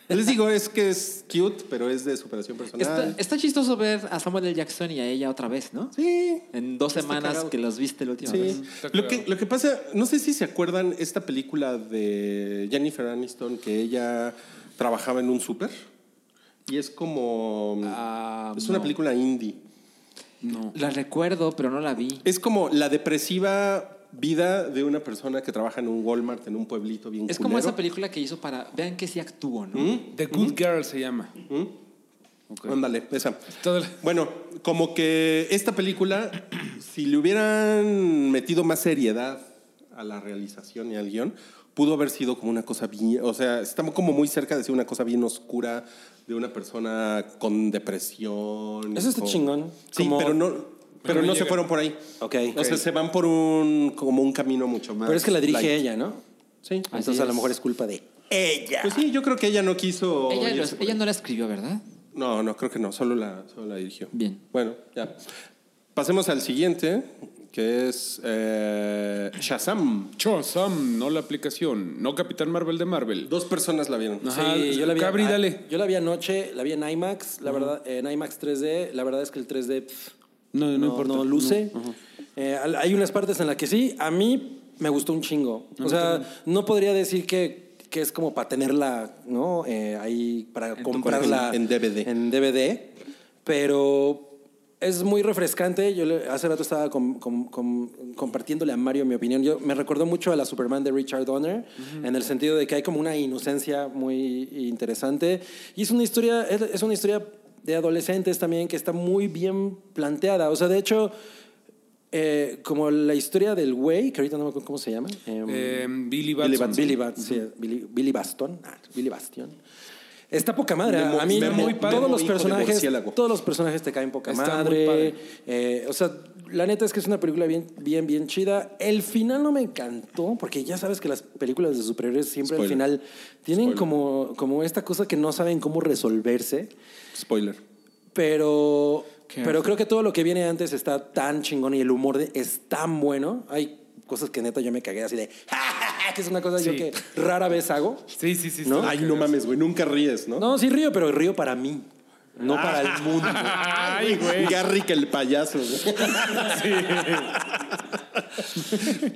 Les digo, es que es cute, pero es de superación Está, personal. está chistoso ver a Samuel L. Jackson y a ella otra vez, ¿no? Sí. En dos Está semanas cagado. que los viste la última vez. Sí. Lo que, lo que pasa, no sé si se acuerdan esta película de Jennifer Aniston que ella trabajaba en un súper. Y es como... Ah, es una película indie. La recuerdo, pero no la vi. Es como la depresiva vida de una persona que trabaja en un Walmart en un pueblito bien Es como culero. esa película que hizo para. Vean que sí actuó, ¿no? The Good Girl se llama. Ok. Ándale, esa. Todo el- Bueno, como que esta película, si le hubieran metido más seriedad a la realización y al guión, pudo haber sido como una cosa bien, o sea, estamos como muy cerca de ser una cosa bien oscura de una persona con depresión. Eso está con- chingón. Sí, Como- pero no... Pero no se fueron por ahí. Ok. O sea, se van por un como un camino mucho más. Pero es que la dirige light. ella, ¿no? Sí. Entonces Así a lo es. mejor es culpa de. Pues sí, yo creo que ella no quiso. Ella, irse los- por ella ahí. no la escribió, ¿verdad? No, no, creo que no, solo la, solo la dirigió. Bien. Bueno, ya. Pasemos al siguiente, que es eh, Shazam. Sam, no la aplicación. No Capitán Marvel de Marvel. Dos personas la vieron. Ajá, Sí, yo la vi. Cabri, ah, dale. Yo la vi anoche, la vi en IMAX, la verdad, en IMAX 3D. La verdad es que el 3D pff, No, no importa, No luce. Eh, al- hay unas partes en las que sí, a mí me gustó un chingo. O sea, no podría decir que, que es como para tenerla, ¿no? Eh, ahí, para comprarla. colección, en DVD. En DVD. Pero. Es muy refrescante. Yo le- hace rato estaba com- com- com- compartiéndole a Mario mi opinión. Yo, me recordó mucho a la Superman de Richard Donner, en el sentido de que hay como una inocencia muy interesante. Y es una historia, es, es una historia de adolescentes también que está muy bien planteada. O sea, de hecho, eh, como la historia del güey, que ahorita no me acuerdo cómo se llama. Em, Eh, Billy Billy Batson. Bat- Billy Bat- sí, Billy- Billy Baston. Ah, Billy Bastion. Está poca madre. Memo- a mí Memo- todos Memo, los hijo de personajes, murciélago. todos los personajes te caen poca Está muy madre. padre. Eh, o sea, la neta es que es una película bien, bien, bien chida. El final no me encantó porque ya sabes que las películas de superhéroes siempre Spoiler. al final tienen como, como esta cosa que no saben cómo resolverse. Spoiler. Pero, Qué pero asco. creo que todo lo que viene antes está tan chingón y el humor de- es tan bueno. Hay cosas que neta yo me cagué así de, "Ja, ja, ja", que es una cosa yo Sí. que rara vez hago. Sí, sí, sí. Ay, no mames, güey, nunca ríes, ¿no? No, sí río, pero río para mí, no para Ah. el mundo. Ay, güey. Garrick el payaso. güey.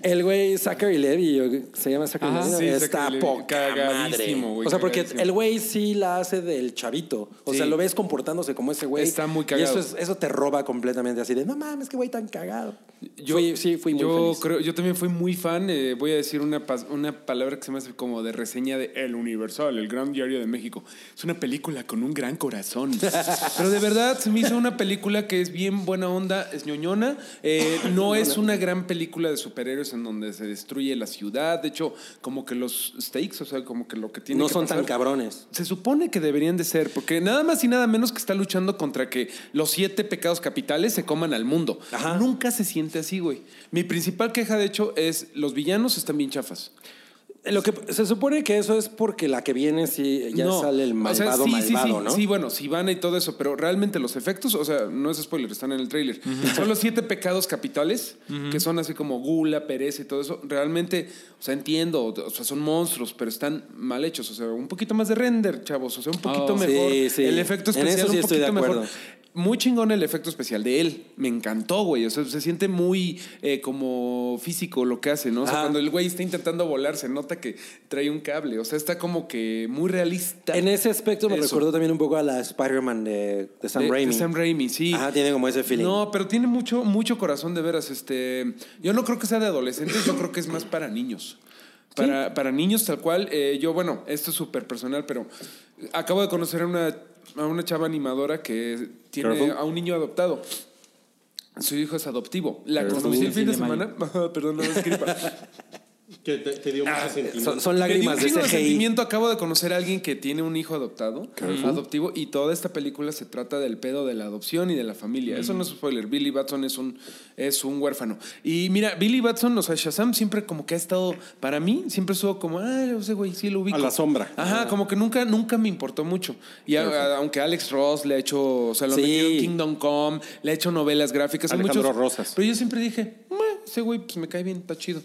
El güey Zachary Levy, o- se llama Zachary Ajá. Levy, ¿no? Sí, está Zachary Levi. poca Cagadísimo, madre. güey, O sea, porque cagadísimo. el güey sí la hace del chavito. O Sí. sea, lo ves comportándose como ese güey. Está muy Y eso, cagado. es- eso te roba completamente así de, no mames, qué güey tan cagado. Yo, Fui- sí, fui muy yo feliz. creo, yo también fui muy fan. eh, voy a decir una, pas- una palabra que se me hace como de reseña de El Universal, el gran diario de México. Es una película con un gran corazón. Pero de verdad se me hizo una película que es bien buena onda, es ñoñona. eh, no es una gran película de superhéroes en donde se destruye la ciudad. De hecho, como que los stakes, o sea, como que lo que tiene No que son tan pasar- cabrones. se supone que deberían de ser, porque nada más y nada menos que está luchando contra que los siete pecados capitales se coman al mundo. Nunca se siente así, güey. Mi principal queja, de hecho, es los villanos están bien chafas. Lo que se supone que eso es porque la que viene sí ya No. sale el O sea, malvado sí, sí, malvado, sí, ¿no? Sí, bueno, Sivana y todo eso, pero realmente los efectos, o sea, no es spoiler, están en el tráiler. Son los siete pecados capitales, que son así como gula, pereza y todo eso. Realmente, o sea, entiendo, o sea, son monstruos, pero están mal hechos. O sea, un poquito más de render, chavos. O sea, un poquito Oh, sí, mejor. sí. El efecto En eso especial, sí un estoy de poquito mejor. acuerdo. Muy chingón el efecto especial de él. Me encantó, güey. O sea, se siente muy eh, como físico lo que hace, ¿no? O sea, Ajá. cuando el güey está intentando volar, se nota que trae un cable. O sea, está como que muy realista. En ese aspecto me Eso. recordó también un poco a la Spider-Man de, de Sam De- de Raimi. Sam Raimi, sí. Ajá, tiene como ese feeling. No, pero tiene mucho, mucho corazón de veras. Este, yo no creo que sea de adolescentes, yo creo que es más para niños. Para, para niños tal cual. eh, yo, bueno, esto es súper personal, pero acabo de conocer a una, a una chava animadora que tiene Careful. a un niño adoptado. Su hijo es adoptivo. La Careful. conocí el fin de Sí, de semana. Perdón, no es gripa. Que te, te dio Ah, mucho sentimiento. Son, son Me dio lágrimas un de chingo CGI. sentimiento. Acabo de conocer a alguien que tiene un hijo adoptado, adoptivo, y toda esta película se trata del pedo de la adopción y de la familia. Eso Mm. no es spoiler. Billy Batson es un, es un huérfano. Y mira, Billy Batson, o sea, Shazam siempre como que ha estado, para mí, siempre estuvo como, ah, no sé, güey, sí lo ubico. A la sombra. Ajá, Ah. como que nunca, nunca me importó mucho. Y a- a- aunque Alex Ross le ha hecho, o sea, lo Sí. metió en Kingdom Come, le ha hecho novelas gráficas. hay Alejandro muchos- Rosas. Pero yo siempre dije, "Meh, ese güey pues me cae bien, está chido.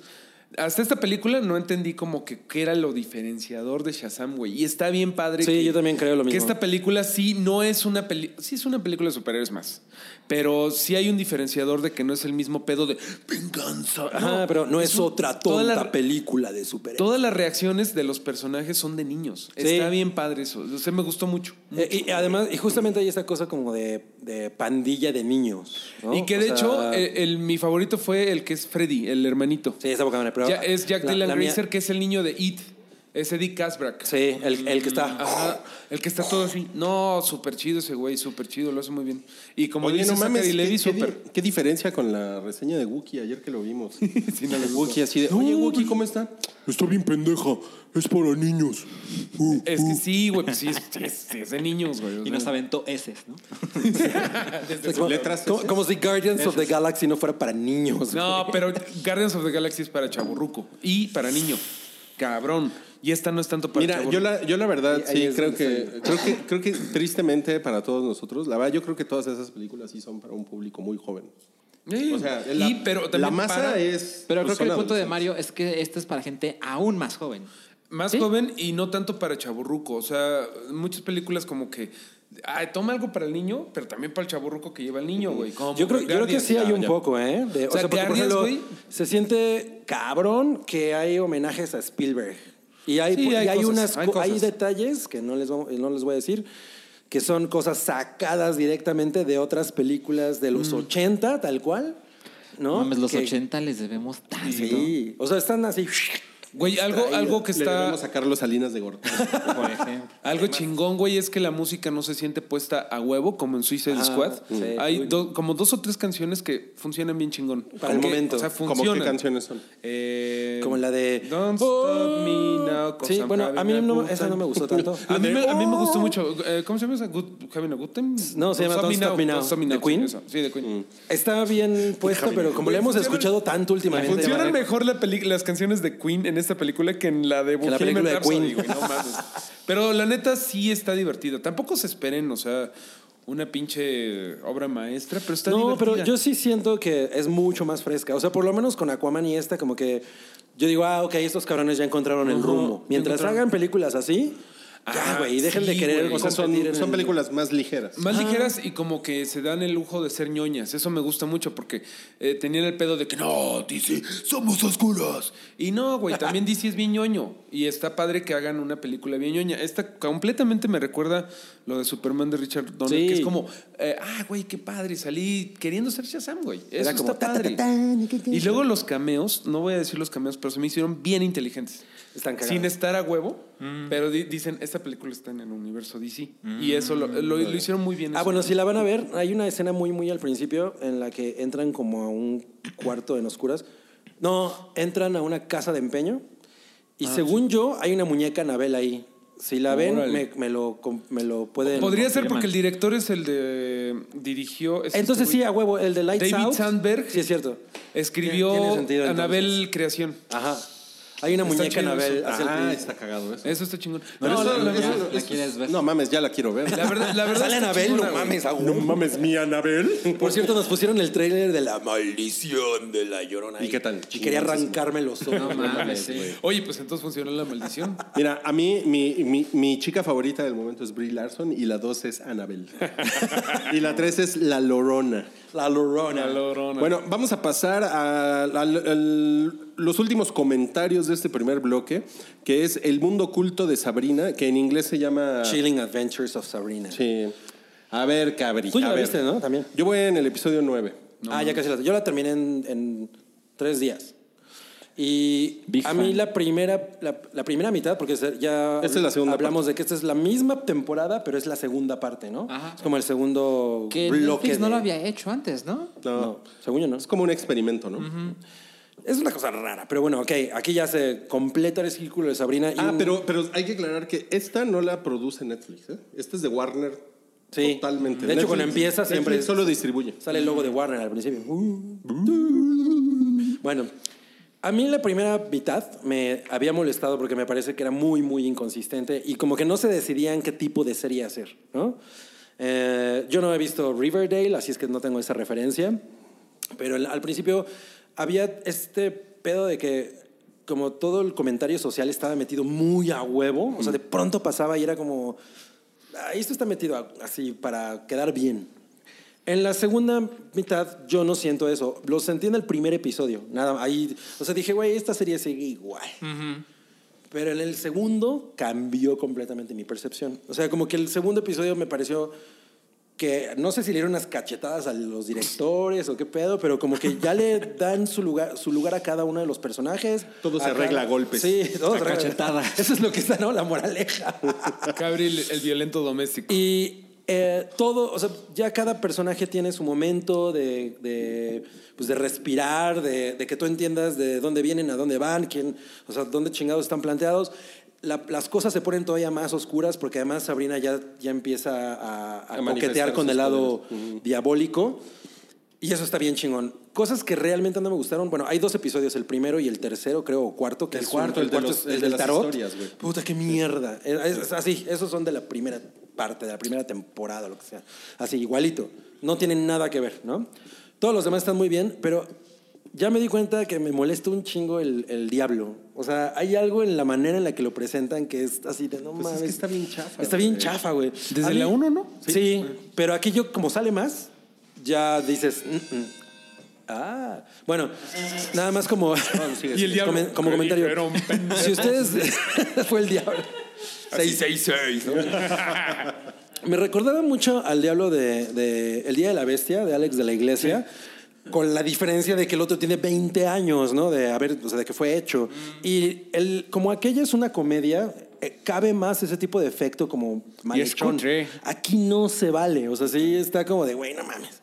Hasta esta película no entendí como que qué era lo diferenciador de Shazam, güey. Y está bien padre. Sí, que- yo también creo lo Que mismo. esta película sí no es una película, sí es una película de superhéroes más, pero sí hay un diferenciador de que no es el mismo pedo de venganza. Ajá, No, pero no es, un- otra toda la- tonta película de superhéroes. Todas las reacciones de los personajes son de niños. Sí. Está bien padre eso. O sea, me gustó mucho. Eh, y además, y justamente hay esta cosa como de, de pandilla de niños. ¿no? Y que O de sea, hecho, eh, el, mi favorito fue el que es Freddy, el hermanito. Sí, esa poca madre, pero- Ya- es Jack la- Dylan la mía- Grazer, que es el niño de It. Es Eddie Kasbrak. Sí, el, el que está. Ajá, el que está todo así. No, súper chido ese güey, súper chido, lo hace muy bien. Y como Oye, dice no mames, Zachary ¿qué, Levi, qué di- súper. qué diferencia con la reseña de Wookiee ayer que lo vimos? Sí, no le gustó. Wookiee así de, oye, Wookiee, ¿cómo está? Está bien pendeja. Es para niños. Uh, Es uh. que sí, güey, pues sí, es, es- es de niños, güey. o Y sea. nos aventó S, ¿no? como, letras. como- como si Guardians of the Galaxy no fuera para niños. No, pero Guardians of the Galaxy es para chaburruco y para niño. Cabrón. Y esta no es tanto para Mira, chavorruco. yo la, yo la verdad, Y ahí sí, es creo donde que, creo que creo que tristemente para todos nosotros, la verdad, yo creo que todas esas películas sí son para un público muy joven. Sí. O sea, Y, la, pero la también masa para- es. Pero pues, creo que el son punto de adolescentes. Mario es que esto es para gente aún más joven. Más ¿Sí? joven y no tanto para chaburruco. O sea, muchas películas como que. ay, toma algo para el niño, pero también para el chaburruco que lleva el niño, güey. como Yo creo, yo creo que Guardians. sí hay Ya, un ya. poco, ¿eh? De- o, sea, sea, porque, por Guardians, ejemplo, güey. se siente cabrón que hay homenajes a Spielberg. Y hay, Sí, y hay hay cosas, unas hay co- hay cosas. detalles que no les, vamos- no les voy a decir que son cosas sacadas directamente de otras películas de Mm. los 80, tal cual. ¿No? Mames, los Que- 80 les debemos tanto. Sí. O sea, están así. Güey, algo, Extraído. algo que Le está. debemos a Carlos Salinas de Gortari. Por ejemplo. Algo chingón, güey, es que la música no se siente puesta a huevo, como en Suicide Ah, Squad. sí. Hay Uy. do- como dos o tres canciones que funcionan bien chingón. Para Como el que- momento. O sea, ¿Cómo qué funcionan. canciones son? Eh, Como la de- Don't Stop Me Now. 'cause Sí, I'm bueno, having a mí a no- good esa no time. me gustó tanto. A mí, me, a mí me gustó mucho. Eh, ¿Cómo se llama esa? Good, ¿Having a Good Time? No, se llama Don't Stop Me Now. Don't Stop Me ¿De Now, sí, Queen? Mm. esa. Sí, de Queen. Está bien puesto, pero como Güey, le hemos funcionan- escuchado tanto últimamente. Funcionan ¿vale? mejor la peli- las canciones de Queen en esta película que en la de Que la Bohemian película de Rhapsody, Queen. güey, no mames. Pero la neta sí está divertida. Tampoco se esperen, o sea, una pinche obra maestra, pero está no, divertida. pero yo sí siento que es mucho más fresca. O sea, por lo menos con Aquaman y esta, como que yo digo, ah, ok, estos cabrones ya encontraron el Ujú, rumbo. ya Mientras encontraron. hagan películas así, Ah, ya, güey, dejen de sí, querer. güey. O sea, son, competir en son el- películas más ligeras. Más Ah. ligeras y como que se dan el lujo de ser ñoñas. Eso me gusta mucho porque eh, tenían el pedo de que no, DC, somos oscuros. Y no, güey, también DC es bien ñoño. Y está padre que hagan una película bien ñoña. Esta completamente me recuerda lo de Superman de Richard Donner, Sí. que es como, eh, ah, güey, qué padre, salí queriendo ser Shazam, güey. Eso Era como, está ta, ta, padre. ta, ta, ta, ta. Y luego los cameos, no voy a decir los cameos, pero se me hicieron bien inteligentes. Están cagados. Sin estar a huevo, pero di- dicen, esta película está en el universo DC. Y eso lo, lo- lo hicieron muy bien. Ah, eso. bueno, si la van a ver, hay una escena muy, muy al principio en la que entran como a un cuarto en oscuras. No, entran a una casa de empeño Ah, y según yo hay una muñeca Anabel ahí. Si la ven, me, Órale. me lo, com- me lo pueden... Podría ser porque el director es el de. Dirigió. es Entonces este sí, güey. a huevo, el de Lights David Out. Sandberg. Sí, es cierto. Tiene Escribió sentido, entonces. Anabel Creación. Ajá. Hay una Está muñeca chido Anabel. eso. hace el Ah, pin. está cagado eso. Eso está chingón. No, Pero no, eso- no, la, eso- la eso- quieres ver. No mames, ya la quiero ver. la verdad, la verdad. Sale está Anabel, chingona, no güey. mames, a huevo. No mames, mi Anabel. Por cierto, nos pusieron el tráiler de La Maldición de la Llorona. ¿Y ahí. qué tal? Y quería arrancarme los ojos. No mames, sí. Oye, pues entonces funcionó la maldición. Mira, a mí mi, mi- mi chica favorita del momento es Brie Larson y la dos es Annabelle. y la tres es La Lorona. La Llorona. Lorona. Bueno, vamos a pasar a, a- al- los últimos comentarios de este primer bloque, que es El mundo oculto de Sabrina, que en inglés se llama... Chilling Adventures of Sabrina. Sí. A ver, cabrita. Tú ya a la ver. viste, ¿no? También. Yo voy en el episodio 9. ah, ya casi la... Yo la terminé en, en tres días. Y Big a mí fan. la primera la, la primera mitad, porque se- ya Esta es la segunda hablamos de que esta es la misma temporada, pero es la segunda parte, ¿no? Ajá. Es como el segundo Que bloque. Netflix no de- lo había hecho antes, ¿no? No. No, según yo no. Es como un experimento, ¿no? Es una cosa rara, pero bueno, ok, aquí ya se completa el círculo de Sabrina. y Ah, un- pero, pero hay que aclarar que esta no la produce Netflix, ¿eh? Esta es de Warner. Sí. Totalmente. De hecho, cuando empieza siempre Netflix es- solo distribuye. Sale el logo de Warner al principio. Bueno, a mí la primera mitad me había molestado porque me parece que era muy, muy inconsistente y como que no se decidían qué tipo de serie hacer, ¿no? Eh, yo no he visto Riverdale, así es que no tengo esa referencia, pero el- al principio había este pedo de que como todo el comentario social estaba metido muy a huevo, o sea, de Mm. pronto pasaba y era como, "Ah, esto está metido a- así para quedar bien, en la segunda mitad yo no siento eso. Lo sentí en el primer episodio. Nada, ahí, o sea, dije, güey, esta serie sigue igual. Pero en el segundo cambió completamente mi percepción. O sea, como que el segundo episodio me pareció que no sé si le dieron unas cachetadas a los directores o qué pedo, pero como que ya le dan su lugar, su lugar a cada uno de los personajes. Todo se A cada- arregla a golpes. Sí, todo A se arregla. cachetadas. Eso es lo que está, ¿no? La moraleja. Gabriel, el violento doméstico. Y eh, todo, o sea, ya cada personaje tiene su momento de, de, pues, de respirar, de, de que tú entiendas de dónde vienen, a dónde van, quién, o sea, dónde chingados están planteados. La- las cosas se ponen todavía más oscuras porque además Sabrina ya, ya empieza a, a A manifestar coquetear con sus el lado diabólico. Y eso está bien chingón. Cosas que realmente no me gustaron. Bueno, hay dos episodios, el primero y el tercero, creo, o cuarto, que El es un- cuarto, el de los- es el de del las tarot. historias, güey. Puta, qué mierda. Eh, Es, es así, esos son de la primera parte, de la primera temporada, lo que sea. Así, igualito. No tienen nada que ver, ¿no? Todos los demás están muy bien, pero ya me di cuenta que me molesta un chingo el, el diablo. O sea, hay algo en la manera en la que lo presentan que es así de no Pues es mames. que está bien chafa, Está bien güey. chafa, güey. Desde A la uno, ¿no? Sí, pero aquí yo, como sale más, ya dices. "Mm, mm". Ah, bueno, nada más como. Y el diablo. Comen- Como, comentario. Pero un pendejo. Si ustedes. fue el diablo. 666, ¿no? Me recordaba mucho al diablo de, de El Día de la Bestia, de Alex de la Iglesia, con la diferencia de que el otro tiene 20 años, ¿no? De haber, o sea, de que fue hecho. Mm. Y el, como aquella es una comedia, eh, cabe más ese tipo de efecto como manchón. cutre. Aquí no se vale. O sea, sí está como de, güey, no mames.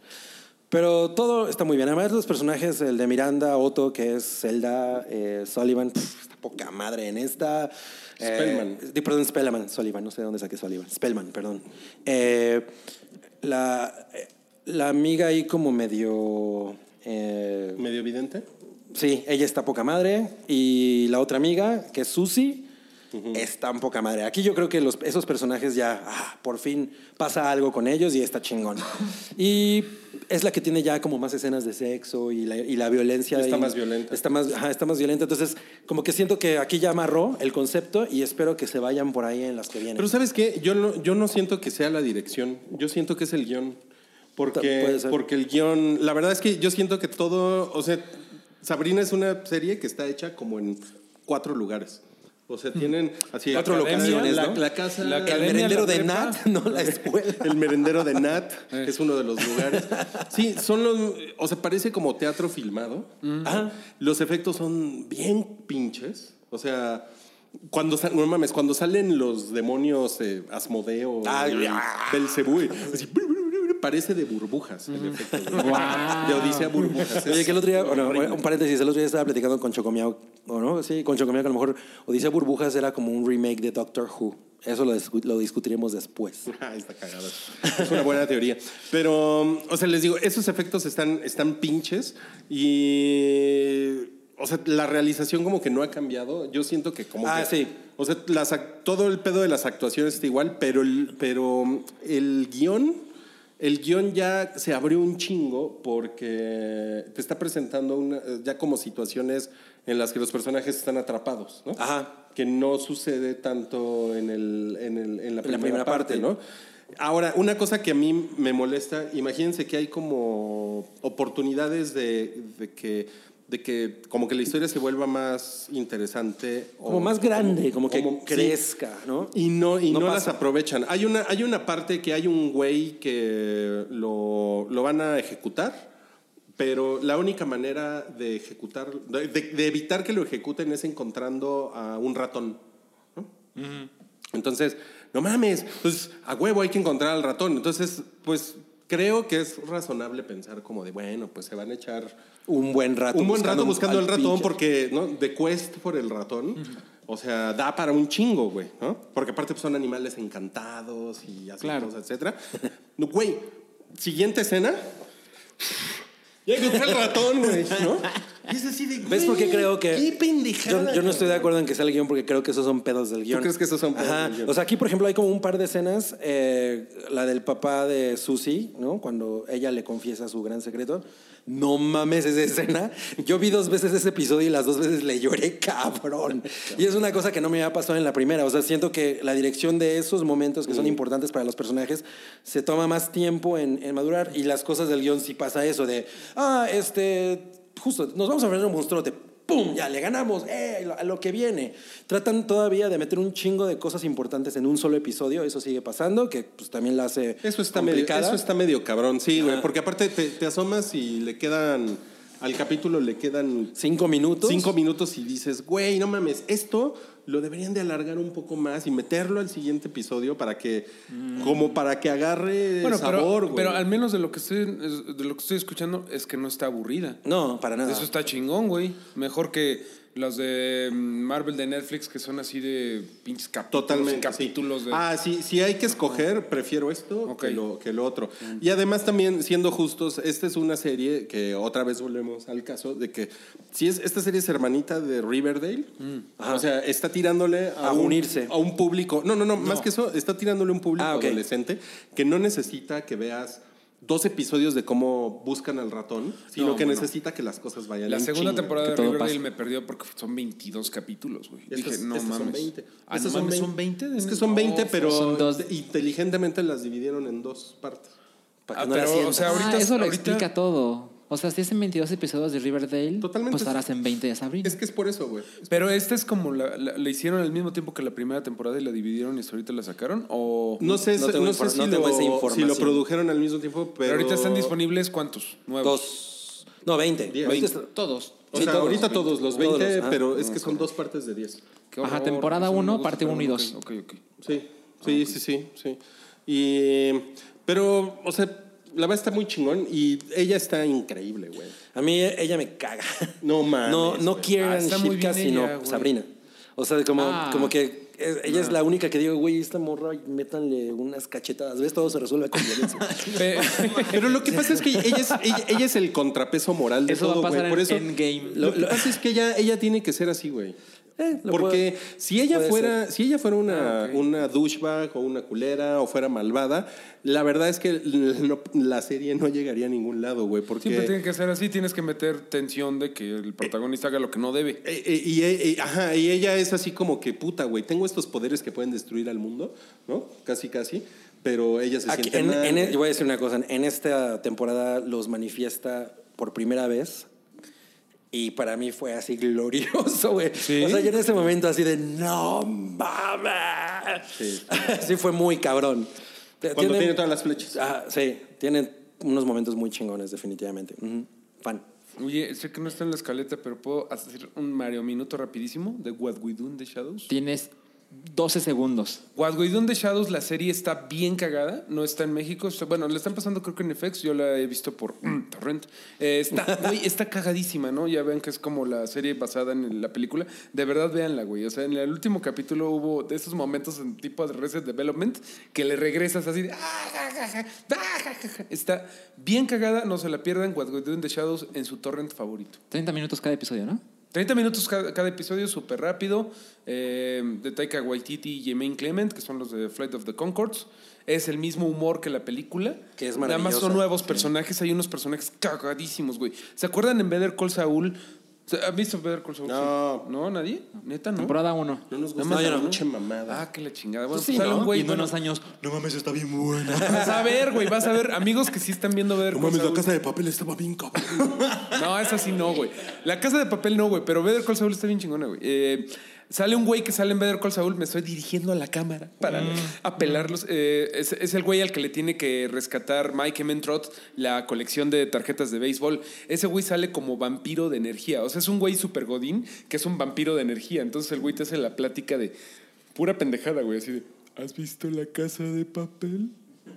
Pero todo está muy bien. Además, los personajes, el de Miranda, Otto, que es Zelda, eh, Sullivan, pf, está poca madre en esta. Eh, Spellman. di- perdón, Spellman, Sullivan, no sé de dónde saqué Sullivan. Spellman, perdón. Eh, la, eh, la amiga ahí como medio... eh, ¿Medio evidente? Sí, ella está poca madre. Y la otra amiga, que es Susie, está en poca madre. Aquí yo creo que los, esos personajes ya, ah, por fin pasa algo con ellos y está chingón. y es la que tiene ya como más escenas de sexo y la, y la violencia. Está ahí. más violenta. Está más, ajá, está más violenta. Entonces, como que siento que aquí ya amarró el concepto y espero que se vayan por ahí en las que vienen. Pero ¿sabes qué? Yo no, yo no siento que sea la dirección, yo siento que es el guión. Ta- Porque, puede ser. porque el guión, la verdad es que yo siento que todo, o sea, Sabrina es una serie que está hecha como en cuatro lugares. O sea, tienen así Cuatro la academia, locaciones, la, ¿no? la casa, La el academia, merendero la de prepa. Nat, no la escuela. el merendero de Nat, que es uno de los lugares. Sí, son los, o sea, parece como teatro filmado. Mm. Ajá. Los efectos son bien pinches. O sea, cuando sal- no mames, cuando salen los demonios eh, Asmodeo, Ay, y ah. Belcebú, y así, parece de burbujas el efecto. güey. De Odisea burbujas. Mm. Oye, Es que el otro día, bueno, horrible. un paréntesis, el otro día estaba platicando con Chocomiao, ¿o no? Sí, con Chocomiao, que a lo mejor Odisea Burbujas era como un remake de Doctor Who. Eso lo, discu- lo discutiremos después. Ah, está cagado. Es una buena teoría. Pero, um, o sea, les digo, esos efectos están, están pinches y. O sea, la realización como que no ha cambiado. Yo siento que como. Ah, que- sí. O sea, las ac- todo el pedo de las actuaciones está igual, pero el, pero um, el guión. El guión ya se abrió un chingo porque te está presentando una- ya como situaciones en las que los personajes están atrapados, ¿no? Ajá. Que no sucede tanto en, el, en, el- en la En la primera parte. ¿no? Ahora, una cosa que a mí me molesta, imagínense que hay como oportunidades de, de que de que como que la historia se vuelva más interesante Como más grande, como que como- sí. crezca, ¿no? y no y No no, pasa. las aprovechan. Hay una hay una parte que hay un güey que lo, lo van a ejecutar, pero la única manera de ejecutar de, de- de evitar que lo ejecuten es encontrando a un ratón. Entonces, no mames, pues a huevo hay que encontrar al ratón. Entonces, pues creo que es razonable pensar como de, bueno, pues se van a echar Un buen rato. un buen rato buscando al al ratón pinche- porque, ¿no? The Quest por el ratón. O sea, da para un chingo, güey, ¿no? Porque aparte pues, son animales encantados y así Claro. cosas, etcétera. No, Güey, siguiente escena. Ya encontré al ratón, güey, ¿no? Y es así de, ¿Ves por qué güey, creo que.? ¡Qué pendejada! Yo, yo no estoy de acuerdo en que sea el guión porque creo que esos son pedos del guión. crees que esos son pedos Ajá. del guión? O sea, aquí, por ejemplo, hay como un par de escenas. eh, la del papá de Susie, ¿no? Cuando ella le confiesa su gran secreto. No mames esa escena. Yo vi dos veces ese episodio y las dos veces le lloré, cabrón. Y es una cosa que no me había pasado en la primera. O sea, siento que la dirección de esos momentos que son importantes para los personajes se toma más tiempo en, en madurar. Y las cosas del guión sí pasa eso de, ah, este, justo, nos vamos a enfrentar a un monstruote ¡Pum! Ya le ganamos. ¡Eh! Lo, a lo que viene. Tratan todavía de meter un chingo de cosas importantes en un solo episodio. Eso sigue pasando, que pues también la hace. Eso está, medio, complicada. eso está medio cabrón, sí, güey. Porque aparte te, te asomas y le quedan. Al capítulo le quedan Cinco minutos. cinco minutos y dices, güey, no mames, esto lo deberían de alargar un poco más y meterlo al siguiente episodio para que, como para que agarre Mm. Bueno, pero- sabor, pero, güey. al menos de lo que estoy es- de lo que estoy escuchando es que no está aburrida. No, para nada. Eso está chingón, güey. Mejor que las de mm, Marvel de Netflix que son así de pinches capítulos, Totalmente. y capítulos sí. de Ah, sí, si hay que escoger, prefiero esto Ok. Mm. que, lo, que lo otro. Y además también, siendo justos, esta es una serie que otra vez volvemos al caso de que si es esta serie es hermanita de Riverdale, Mm. o sea, está tirándole a, A un- unirse. a un público. No, no, no, más que eso, está tirándole a un público Ah, ok. adolescente que no necesita que veas dos episodios de cómo buscan al ratón, sino No, que bueno. necesita que las cosas vayan La en segunda chinga. temporada de que todo Riverdale pasa. me perdió porque son 22 capítulos, güey. Estos- Dije, no estos mames. son 20. Ah, Estos no mames, son 20. 20. Es que son 20, pero son dos. te- inteligentemente las dividieron en dos partes. Para que Ah, no la pero, sientas. o sea, ahorita- ah, eso lo ahorita- explica todo. O sea, si hacen 22 episodios de Riverdale, Totalmente. pues ahora hacen 20 de Sabrina. Es que es por eso, güey. Pero esta es como la, la- la hicieron al mismo tiempo que la primera temporada y la dividieron y hasta ahorita la sacaron o No sé, No si- tengo no sé infor- si, no tengo lo, esa si lo información. produjeron al mismo tiempo, Pero pero... ahorita están disponibles cuántos? Nuevos. Dos. No, 20. Diez. Ahorita Veinte. está- Todos. O Sí, sea, todos, ahorita 20. todos los Todos 20, los- ah, pero es que son dos partes de 10. Qué Ajá, horror, temporada eso no me uno, gusta, parte pero uno y ok, dos. Ok, ok. Sí, sí, sí, sí, sí. Y, pero, o sea, la va está muy chingón y ella está increíble, güey. A mí ella me caga. No mames, No, no Ah, güey. Kieran está muy bien Shipka, sino ella, güey. Sabrina. O sea, como, Ah. como que eh, ella Ah. es la única que digo, güey, esta morra, métanle unas cachetadas. ¿Ves? Todo se resuelve con violencia. Pe- Pero lo que pasa es que ella es, ella, ella es el contrapeso moral de Eso va a todo, güey. pasar en Por eso, Endgame. Lo, lo que pasa es que ella, ella tiene que ser así, güey. Eh, lo Porque puedo- si ella puede fuera, si ella fuera una, Ah, ok. una douchebag o una culera o fuera malvada, la verdad es que l- no- la serie no llegaría a ningún lado, güey. Porque Siempre tiene que ser así, tienes que meter tensión de que el protagonista haga lo que no debe. Eh, eh, y, eh, eh, ajá, y ella es así como que puta, güey. Tengo estos poderes que pueden destruir al mundo, ¿no? Casi, casi. Pero ella se Aquí- siente en- mal, en- e- güey. yo voy a decir una cosa. En esta temporada los manifiesta por primera vez. Y para mí fue así glorioso, güey. ¿Sí? O sea, yo en ese momento así de no mames. Sí. Sí, fue muy cabrón. Cuando tiene todas las flechas. Ah, sí, tiene unos momentos muy chingones, definitivamente. Ujú. Fan. Oye, sé que no está en la escaleta, pero puedo hacer un Mario Minuto rapidísimo de What We Do in the Shadows. Tienes 12 segundos. What We Do in the Shadows, la serie está bien cagada, no está en México. está- bueno, la están pasando creo que en FX, yo la he visto por mm, Torrent. Eh, está, güey, está cagadísima, ¿no? Ya ven que es como la serie basada en la película. De verdad, véanla, güey. O sea, en el último capítulo hubo de esos momentos en tipo de Reset Development que le regresas así de... "Ah, ja, ja, ja, ah, ja, ja, ja". Está bien cagada, no se la pierdan. What We Do in the Shadows en su Torrent favorito. 30 minutos cada episodio, ¿no? 30 minutos ca- cada, episodio, súper rápido. eh, de Taika Waititi y Jemaine Clement, que son los de Flight of the Concords. Es el mismo humor que la película. Que es Nada más maravillosa. son nuevos personajes. Hay unos personajes cagadísimos, güey. ¿Se acuerdan en Better Call Saul? ¿Se- ¿Han visto Better Call Saul? No. Sí. ¿No? ¿Nadie? ¿Neta no? Temporada 1. No nos Nada gusta más la a mí. mucha mamada. Ah, que la chingada. Bueno, Sí, pues sale ¿no? un güey. y en bueno, unos años. No mames, está bien buena. Vas a ver, güey. Vas a ver amigos que sí están viendo Better No Call mames, la Saul. casa de papel estaba bien cabrón. No, esa sí no, güey. La casa de papel no, güey, pero Better Call Saul está bien chingona, güey. Eh, sale un güey que sale en Better Call Saul, me estoy dirigiendo a la cámara para apelarlos. Eh, es, es el güey al que le tiene que rescatar Mike Mentrot la colección de tarjetas de béisbol. Ese güey sale como vampiro de energía. O sea, es un güey super godín que es un vampiro de energía. Entonces el güey te hace la plática de pura pendejada, güey, así de... ¿Has visto la casa de papel?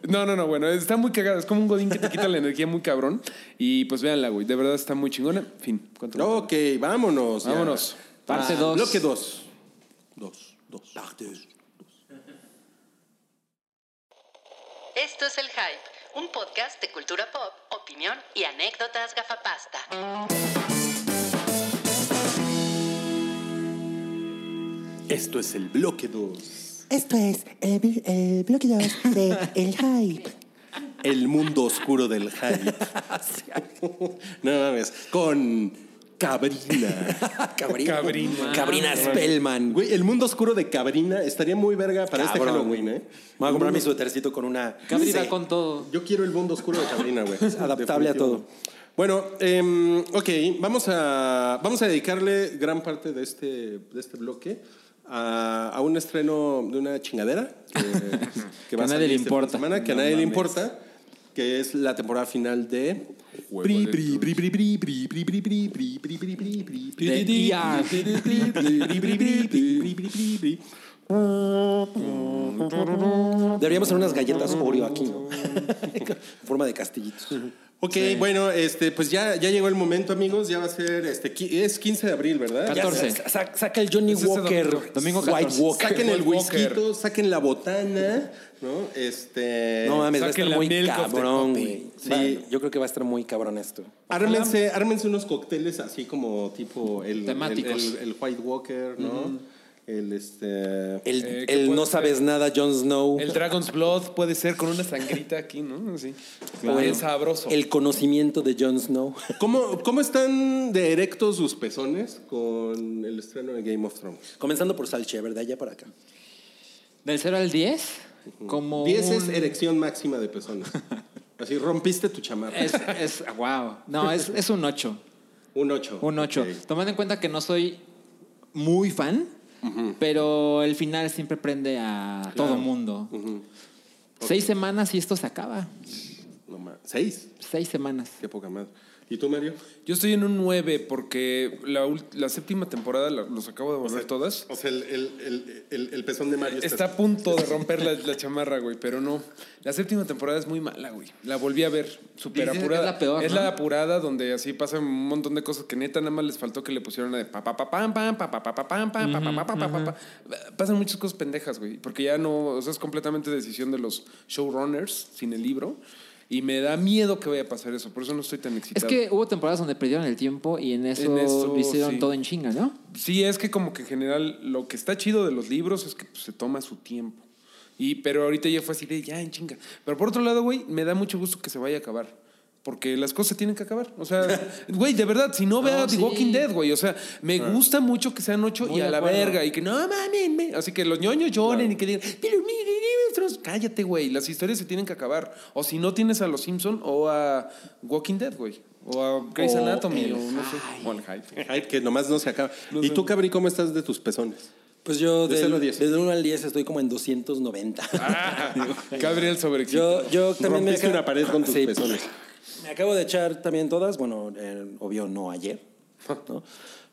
No, no, no, bueno, está muy cagada. Es como un godín que te quita la energía muy cabrón. Y pues véanla, güey. De verdad está muy chingona. Fin. ¿Cuánto me tardo? Ok, vámonos. ya. Ah, Vámonos. Ah, Parte 2. Bloque 2. Dos, dos. Partes. Esto es El Hype, un podcast de cultura pop, opinión y anécdotas gafapasta. Esto es el bloque 2. Esto es el, bl- el bloque 2 de El Hype. El mundo oscuro del hype. no mames. Con Cabrina. Cabrina. Cabrina. Cabrina Spellman. Güey, el mundo oscuro de Cabrina estaría muy verga para este Cabrón. Halloween, ¿eh? Me voy a comprar mi suétercito con una. Cabri Sí. va con todo. Yo quiero el mundo oscuro de Cabrina, güey. Adaptable a Definitivo. todo. Bueno, em, ok, vamos a, vamos a dedicarle gran parte de este, de este bloque a, a un estreno de una chingadera que, Que a nadie le este fin de importa. semana, que a No nadie le mames. importa, que es la temporada final de... Pri, pri, pri, pri, pri, pri. De ER. Deberíamos hacer unas galletas Oreo aquí, ¿no? en forma de castillitos. Ok, bueno, este, pues ya, ya llegó el momento, amigos. Ya va a ser, este, qui- es 15 de abril, ¿verdad? Ya 14. sa- sa- saca el Johnny ese Walker, domingo. Domingo White 14. Walker. Saquen el White Walker. whisky, saquen la botana, ¿no? Este, No mames, va a Saquen estar la muy milk of the cabrón, puppy. güey. Sí. Va- yo creo que va a estar muy cabrón esto. ármense, ármense unos cócteles así como tipo el, el- Temáticos. el, el White Walker, ¿no? El este. El, Eh, ¿qué el puede no ser? sabes nada, Jon Snow. El Dragon's Blood puede ser con una sangrita aquí, ¿no? Así. Claro. Bien sabroso. El conocimiento de Jon Snow. ¿Cómo, ¿Cómo están de erectos sus pezones con el estreno de Game of Thrones? Comenzando por Salchever, de allá para acá. Del 0 al 10, como. 10 es un- erección máxima de pezones. Así rompiste tu chamarra. Es, es- wow. No, es, es un 8. un 8. Un 8. Tomando en cuenta que no soy muy fan, pero el final siempre prende a todo mundo. Seis semanas y esto se acaba. No más. 6. Seis semanas. Qué poca madre. ¿Y tú, Mario? Yo estoy en un 9 porque la, ul- la séptima temporada la- los acabo de volver todas. O sea, el, el- el- el- el pezón de Mario Está a punto de romper la, la chamarra, güey, pero no. La séptima temporada es muy mala, güey. La volví a ver, súper Dices que apurada. es la peor, Es ¿no? la apurada donde así pasan un montón de cosas que neta nada más les faltó que le pusieron la de pa pa pa pam pam pa pa pa pa pam pam pa pa pa pa pa pa, pa. Pasan muchas cosas pendejas, güey, porque ya no, o sea, es completamente decisión de los showrunners sin el libro y me da miedo que vaya a pasar eso, por eso no estoy tan Es excitado. que hubo temporadas donde perdieron el tiempo y en eso, En eso, hicieron sí. todo en chinga, ¿no? Sí, es que como que en general lo que está chido de los libros es que pues, se toma su tiempo. Y, pero ahorita ya fue así de ya en chinga. Pero por otro lado, güey, me da mucho gusto que se vaya a acabar. Porque las cosas se tienen que acabar. O sea, güey, de verdad, si no vea No, The sí. Ah. Walking Dead, güey. O sea, me gusta mucho que sean ocho Muy y a de la acuerdo. verga. Y que no mames. me- Así que los ñoños lloren y que digan, pero mire, monstruos". cállate, güey. Las historias se tienen que acabar. O si no tienes a los Simpson o a Walking Dead, güey. O a Grey's O Anatomy. el o no sé. O al hype. Ay, que nomás no se acaba. ¿Y tú, Cabri, cómo estás de tus pezones? Pues yo De del- cero a diez. desde 1 al 10 estoy como en 290. Ah, Gabriel sobre Yo, yo también Rompiste acabo- una pared con tus Sí. pezones. Me acabo de echar también todas, bueno, eh, obvio no ayer, ¿no?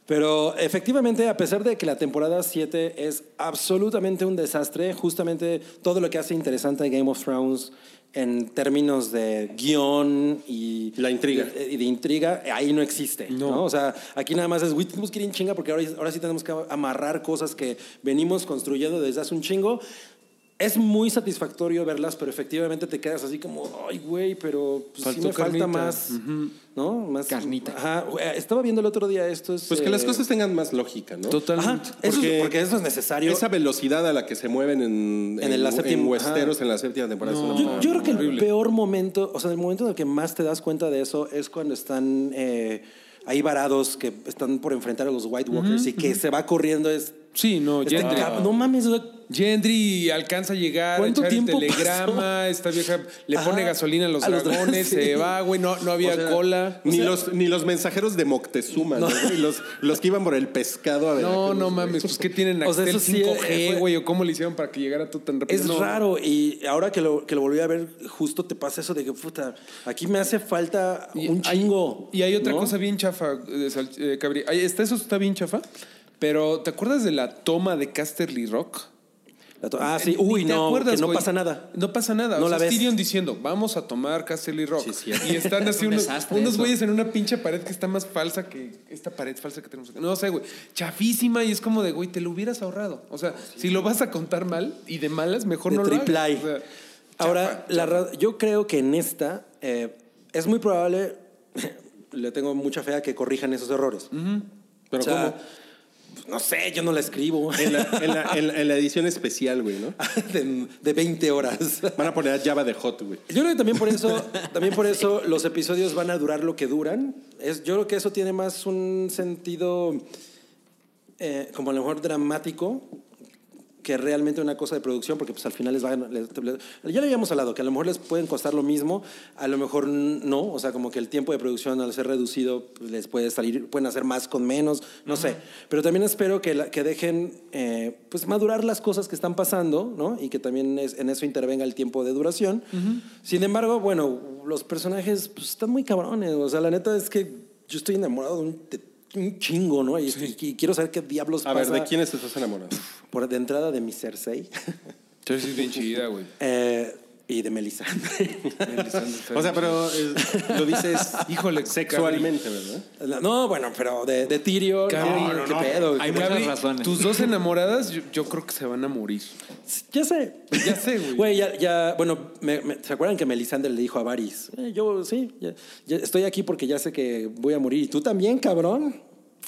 Pero efectivamente, a pesar de que la temporada 7 es absolutamente un desastre, justamente todo lo que hace interesante a Game of Thrones en términos de guión y... La intriga. y- y de intriga, ahí no existe. No. O sea, aquí nada más es, güey, tenemos que ir en chinga porque ahora, ahora sí tenemos que amarrar cosas que venimos construyendo desde hace un chingo. Es muy satisfactorio verlas, pero efectivamente te quedas así como, ay, güey, pero pues, sí Faltó me falta carnita. más, ¿no? Más Carnita. Ajá. Güey, Estaba viendo el otro día esto. es, Pues que las eh, cosas tengan más lógica, ¿no? Ajá, Totalmente. eso es- porque, Porque- eso es necesario. Esa velocidad a la que se mueven en, En el- la séptima, Westeros, ajá. en la séptima temporada. es una Yo, mamada. yo creo que el peor momento, o sea, el momento en el que más te das cuenta de eso es cuando están eh, ahí varados, que están por enfrentar a los White Walkers y que se va corriendo. Es, Sí, no, está Gendry. cab- no mames, o sea, Gendry alcanza a llegar, a ¿Cuánto echar el tiempo telegrama, esta vieja le Ajá, pone gasolina a los a los dra- dragones, sí. se va, güey, no, no había O sea, cola. Ni, los, ni los mensajeros de Moctezuma, ¿no? Y los, los que iban por el pescado a ver. No, no mames, pues ¿qué tienen O sea, Axtel eso sí 5G, es- güey? ¿O cómo le hicieron para que llegara tú tan rápido? es No. raro. Y ahora que lo, que lo volví a ver, justo te pasa eso de que, puta, aquí me hace falta Y un hay- chingo. y hay otra ¿no? cosa bien chafa, de Sal- eh, Cabri. Ahí está, eso está bien chafa. Pero, ¿te acuerdas de la toma de Casterly Rock? La to- Ah, sí, uy, Ni te no, acuerdas, que no güey. pasa nada. No pasa nada. No o la sea, ves. Tyrion diciendo, vamos a tomar Castle Rock. Sí, cierto. y están así un unos, desastre unos eso. güeyes en una pinche pared que está más falsa que esta pared falsa que tenemos acá. No sé, güey. Chafísima y es como de, güey, te lo hubieras ahorrado. O sea, si lo vas a contar mal y de malas, mejor De no triple lo hagas. A. O sea, Ahora, la ra- yo creo que en esta eh, es muy probable, le tengo mucha fe a que corrijan esos errores. Pero O sea, No sé, yo no la escribo. En la, en la- en la- en la edición especial, güey, ¿no? de, de 20 horas. Van a poner a Java de Hot, güey. Yo creo que también por eso, también por eso los episodios van a durar lo que duran. Es, yo creo que eso tiene más un sentido eh, como a lo mejor dramático que realmente una cosa de producción, porque pues al final les van... les- les- ya le habíamos hablado, que a lo mejor les pueden costar lo mismo, a lo mejor no, o sea, como que el tiempo de producción al ser reducido pues, les puede salir, pueden hacer más con menos, no sé. Pero también espero que, la- que dejen eh, pues madurar las cosas que están pasando, ¿no? Y que también es- en eso intervenga el tiempo de duración. Sin embargo, bueno, los personajes pues, están muy cabrones, o sea, la neta es que yo estoy enamorado de un... de un chingo, ¿no? Y, y quiero saber qué diablos A ver, pasa ¿de quiénes estás enamorado? por de entrada de mi Cersei Cersei es bien chida, güey. eh, y de Melisandre. O sea, pero eh, lo dices Híjole, sexualmente, ¿verdad? no, bueno, pero de, de Tyrion. Cabri, no, no, qué pedo. Hay Cabri, muchas razones. Tus dos enamoradas, yo, yo creo que se van a morir. Ya sé. Ya sé, güey. Güey, ya, ya, bueno, me- me- ¿se acuerdan que Melisandre le dijo a Varys? "Eh, yo sí, ya- ya estoy aquí porque ya sé que voy a morir. Y tú también, cabrón.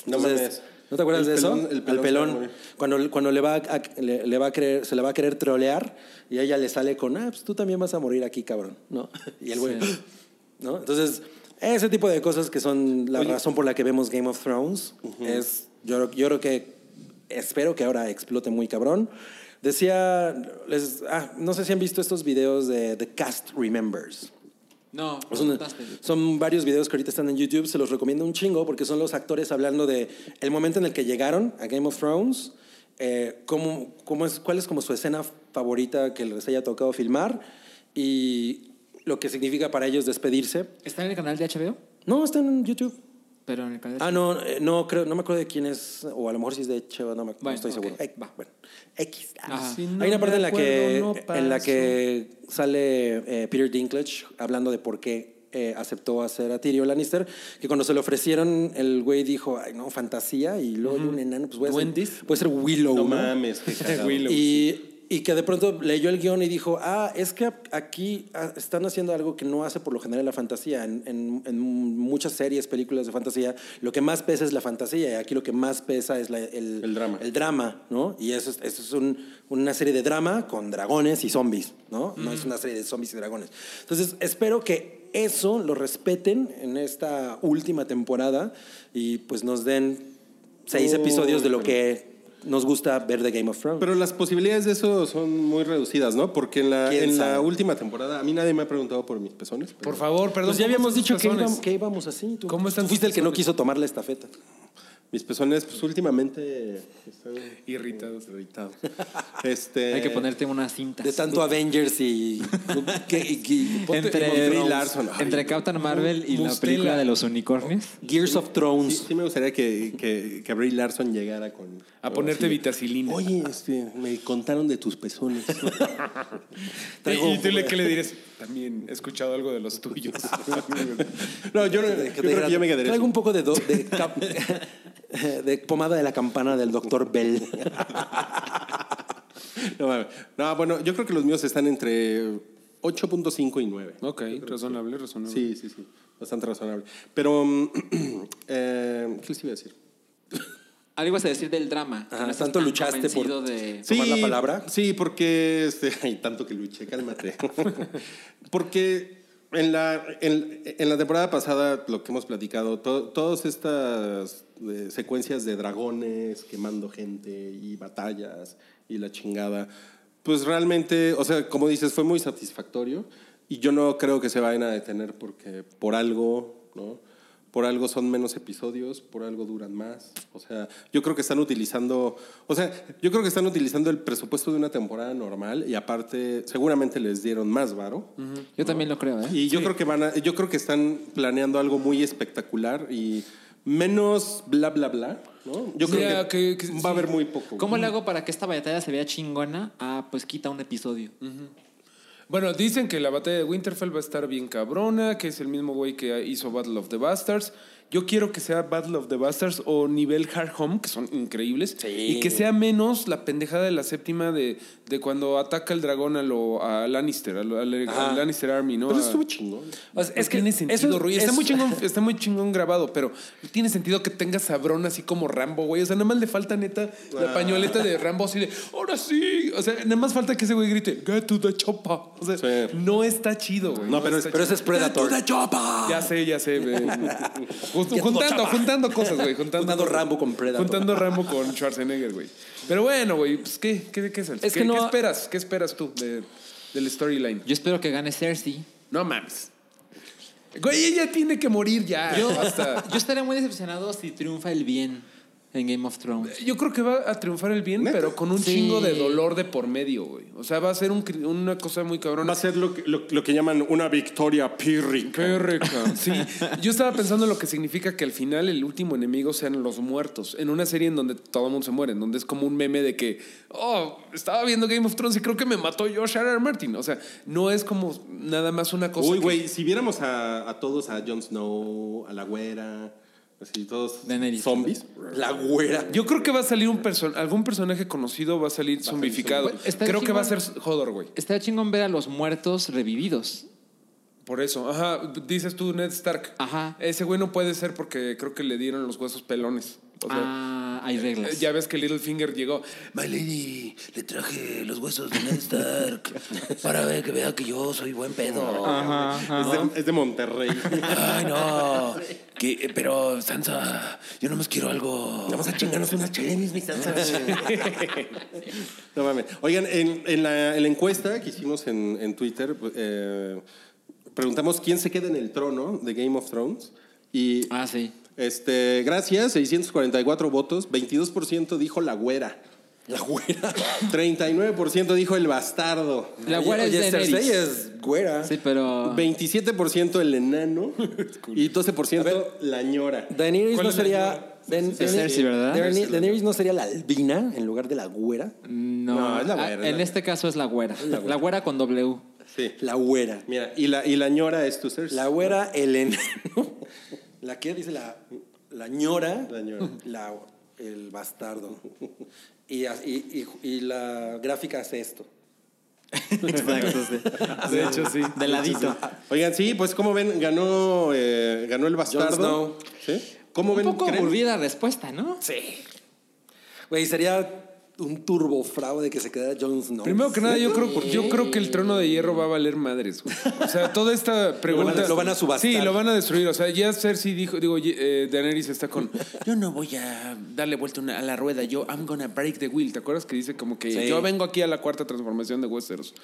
No mames. ¿No te acuerdas El de pelón- eso? el El pelón pelón. se va a morir. Cuando, cuando le va a, le, le va a querer, se le va a querer trolear y ella le sale con, ah, pues tú también vas a morir aquí, cabrón, ¿no? Y el güey, ¿no? Entonces, ese tipo de cosas que son la razón por la que vemos Game of Thrones es, yo, yo creo que, espero que ahora explote muy cabrón. Decía, les, ah, no sé si han visto estos videos de The Cast Remembers. No, Es una- contaste. son varios videos que ahorita están en YouTube, se los recomiendo un chingo porque son los actores hablando de el momento en el que llegaron a Game of Thrones, eh, cómo, cómo es, cuál es como su escena favorita que les haya tocado filmar y lo que significa para ellos despedirse. ¿Está en el canal de HBO? No, están en YouTube. Pero en el canal de Ah, no, eh, no creo, no me acuerdo de quién es, o a lo mejor si es de Cheva, no, me, no Bueno, estoy ok, seguro. Eh, va. bueno, X. Ah, Ajá. Sí, no Hay una me parte en la, que, acuerdo, no en la paso. que sale eh, Peter Dinklage hablando de por qué eh, aceptó hacer a Tyrion Lannister, que cuando se le ofrecieron, el güey dijo, ay, no, fantasía, y luego hay un enano, pues voy a Duendes. ser, voy a ser Willow, No ¿no? mames, qué cagado. Y, y que de pronto leyó el guión y dijo, ah, es que aquí ah, están haciendo algo que no hace por lo general la fantasía. En, en- en muchas series, películas de fantasía, lo que más pesa es la fantasía y aquí lo que más pesa es la- el, El drama. El drama, ¿no? Y eso es, eso es un- una serie de drama con dragones y zombies, ¿no? No Mm. es una serie de zombies y dragones. Entonces, espero que eso lo respeten en esta última temporada y pues nos den seis Uy, episodios de lo pero- que... Nos gusta ver de Game of Thrones. Pero las posibilidades de eso son muy reducidas, ¿no? Porque en la, ¿Quién en sabe? la última temporada a mí nadie me ha preguntado por mis pezones. pero- Por favor, perdón. Pues ya ¿cómo habíamos están dicho tus que, calzones? íbam- que íbamos así. Tú, ¿Cómo están tú fuiste tus el que no calzones? quiso tomar la estafeta. Mis pezones, pues últimamente están Irritados. irritados. Este, Hay que ponerte unas cintas. eh, De tanto Avengers y. que- y- y- ponte- entre, Game of Brie Thrones. Larson. Ay, entre Captain Marvel y la Mustela. película de los unicornios. Gears of Sí, Thrones. sí me gustaría que, que, que Brie Larson llegara con... A ponerte vitacilina. Oye, este, me contaron de tus pezones. y tú le, ¿qué le dirás? También he escuchado algo de los tuyos. no, yo, no- yo Que te creo diga, que yo me quedaré. Traigo un sin- poco de, do- de, cap- de pomada de la campana del doctor Bell. No, mames. No, bueno, yo creo que los míos están entre 8.5 y 9. ok, razonable, razonable. Sí, sí, sí. Bastante razonable. Pero, mm, eh, ¿qué les iba a decir? Algo ibas a decir del drama. Ajá, No estás tanto tan luchaste por- convencido de- ¿Tomar la palabra? Sí, porque este, hay tanto que luché, cálmate. porque en la, en, en la temporada pasada, lo que hemos platicado, to- todas estas eh, secuencias de dragones quemando gente y batallas y la chingada, pues realmente, o sea, como dices, fue muy satisfactorio y yo no creo que se vayan a detener porque por algo, ¿no? Por algo son menos episodios, por algo duran más. O sea, yo creo que están utilizando, o sea, yo creo que están utilizando el presupuesto de una temporada normal y aparte seguramente les dieron más varo. Yo también lo creo, ¿eh? Y yo creo que van a, yo creo que están planeando algo muy espectacular y menos bla bla bla, ¿no? Yo Sí, creo ah, que, que- que- va sí. a haber muy poco. ¿Cómo le hago para que esta batalla se vea chingona? Ah, pues quita un episodio. Bueno, dicen que la batalla de Winterfell va a estar bien cabrona, que es el mismo güey que hizo Battle of the Bastards. Yo quiero que sea Battle of the Bastards o nivel Hard Home, que son increíbles. Y que sea menos la pendejada de la séptima de, de cuando ataca el dragón a, lo, a Lannister, a lo- al, al Ajá. Lannister Army, ¿no? Pero A- eso estuvo chingón. O sea, es que No tiene sentido, tiene sentido, Rui. es- Está muy, chingón, está muy chingón grabado, pero no tiene sentido que tenga sabrón así como Rambo, güey. O sea, nada más le falta neta la pañoleta de Rambo así de, ahora sí. O sea, nada más falta que ese güey grite, get to the chopper. O sea, Sí. no está chido, güey. No, pero está es- Pero ese es Predator. chido. Ya sé, ya sé. güey. Jun- Viendo juntando, Chapa. juntando cosas, güey. Juntando, Juntando Rambo con Predator. Juntando Rambo con Schwarzenegger, güey. Pero bueno, güey, pues, ¿qué, qué, qué es el- Es qué- que no- qué esperas? ¿Qué esperas tú de- del storyline? Yo espero que gane Cersei. No mames. Güey, ella tiene que morir ya. Yo, Basta. yo estaría muy decepcionado si triunfa el bien en Game of Thrones. Yo creo que va a triunfar el bien, pero con un Sí. chingo de dolor de por medio, güey. O sea, va a ser un cri- una cosa muy Va cabrona. a ser lo que, lo- lo que llaman una victoria pírrica. Qué rica. Sí, yo estaba pensando en lo que significa que al final el último enemigo sean los muertos. En una serie en donde todo el mundo se muere, en donde es como un meme de que, oh, estaba viendo Game of Thrones y creo que me mató George R. R. Martin. O sea, no es como nada más una cosa. Uy, que- güey, si viéramos a, a todos, a Jon Snow, a la güera, así todos Daenerys. zombies. La güera. Yo creo que va a salir un person algún personaje conocido va a salir zombificado. zombi- Está Creo que va a ser chingón. Hodor, güey. Estaría chingón ver a los muertos revividos. Por eso, ajá, dices tú Ned Stark. Ajá. Ese güey no puede ser porque creo que le dieron los huesos pelones. O sea, ah, hay reglas. Ya ves que Littlefinger llegó. My Lady, le traje los huesos de Ned Stark para ver que vea que yo soy buen pedo. Ah, Es, de, es de Monterrey. Ay, no. Que, eh, pero, Sansa, yo nomás quiero algo. Vamos a chingarnos unas chemis, mi Sansa. No mames. Oigan, en, en la, en la encuesta que hicimos en, en Twitter, eh, preguntamos quién se queda en el trono de Game of Thrones. Y Ah, sí. este, gracias, 644 votos, 22% dijo la güera. La güera. 39% dijo el bastardo. La güera Oye, es Daenerys. Cersei es güera. Sí, pero. 27% el enano y 12% la ñora. Daenerys ¿Cuál no es la sería. Dan- Es Cersei, ¿verdad? Daenerys- Daenerys no sería la albina en lugar de la güera. No, No, es la güera, Ah, es la en güera. este caso es la güera. La güera, con W. Sí. La güera. Mira, y la, y la ñora es tu Cersei. La güera, el enano. La que dice la, la ñora. La ñora. La- el bastardo. Y, as- y- y- y la gráfica hace esto. De hecho, sí. Ah, De ladito. Oigan, sí, pues como ven, ganó, eh, ganó el bastardo. Snow. ¿Sí? ¿Cómo Un ven? poco creen? aburrida respuesta, ¿no? Sí. Güey, sería un turbo fraude que se quedara Jon Snow. Primero que nada, yo creo, yo creo que el trono de hierro va a valer madres, güey. O sea, toda esta pregunta. lo van a subastar. Sí, lo van a destruir. O sea, ya Cersei dijo, digo, eh, Daenerys está con. Yo no voy a darle vuelta una- a la rueda. Yo, I'm gonna break the wheel. ¿Te acuerdas que dice como que Sí. yo vengo aquí a la cuarta transformación de Westeros?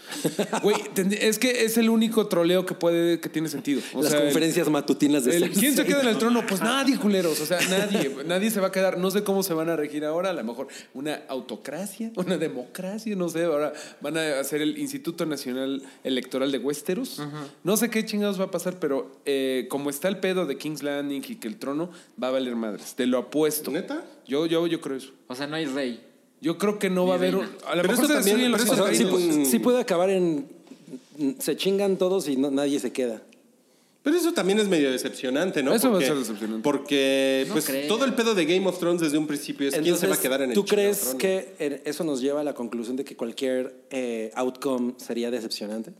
Güey, ten- es que es el único troleo que puede, que tiene sentido. O Las sea, el- conferencias matutinas de El- ¿Quién se Cersei. queda en el trono? Pues nadie, culeros. O sea, nadie. Nadie se va a quedar. No sé cómo se van a regir ahora. A lo mejor una autocracia, una democracia, no sé. Ahora van a hacer el Instituto Nacional Electoral de Westeros. No sé qué chingados va a pasar, pero eh, como está el pedo de King's Landing y que el trono va a valer madres. Te lo apuesto. ¿Neta? Yo, yo, yo creo eso. O sea, no hay rey. Yo creo que no va a haber. un- A lo Pero mejor eso se también- destruyen los pero eso O sea, sí, Silmarils. pu- sí puede acabar en. Se chingan todos y no- nadie se queda. Pero eso también es medio decepcionante, ¿no? Eso va a ser decepcionante. Porque No pues, creo. todo el pedo de Game of Thrones desde un principio es quién se va a quedar en el ¿Tú chingado crees trono? que eh, eso nos lleva a la conclusión de que cualquier eh, outcome sería decepcionante?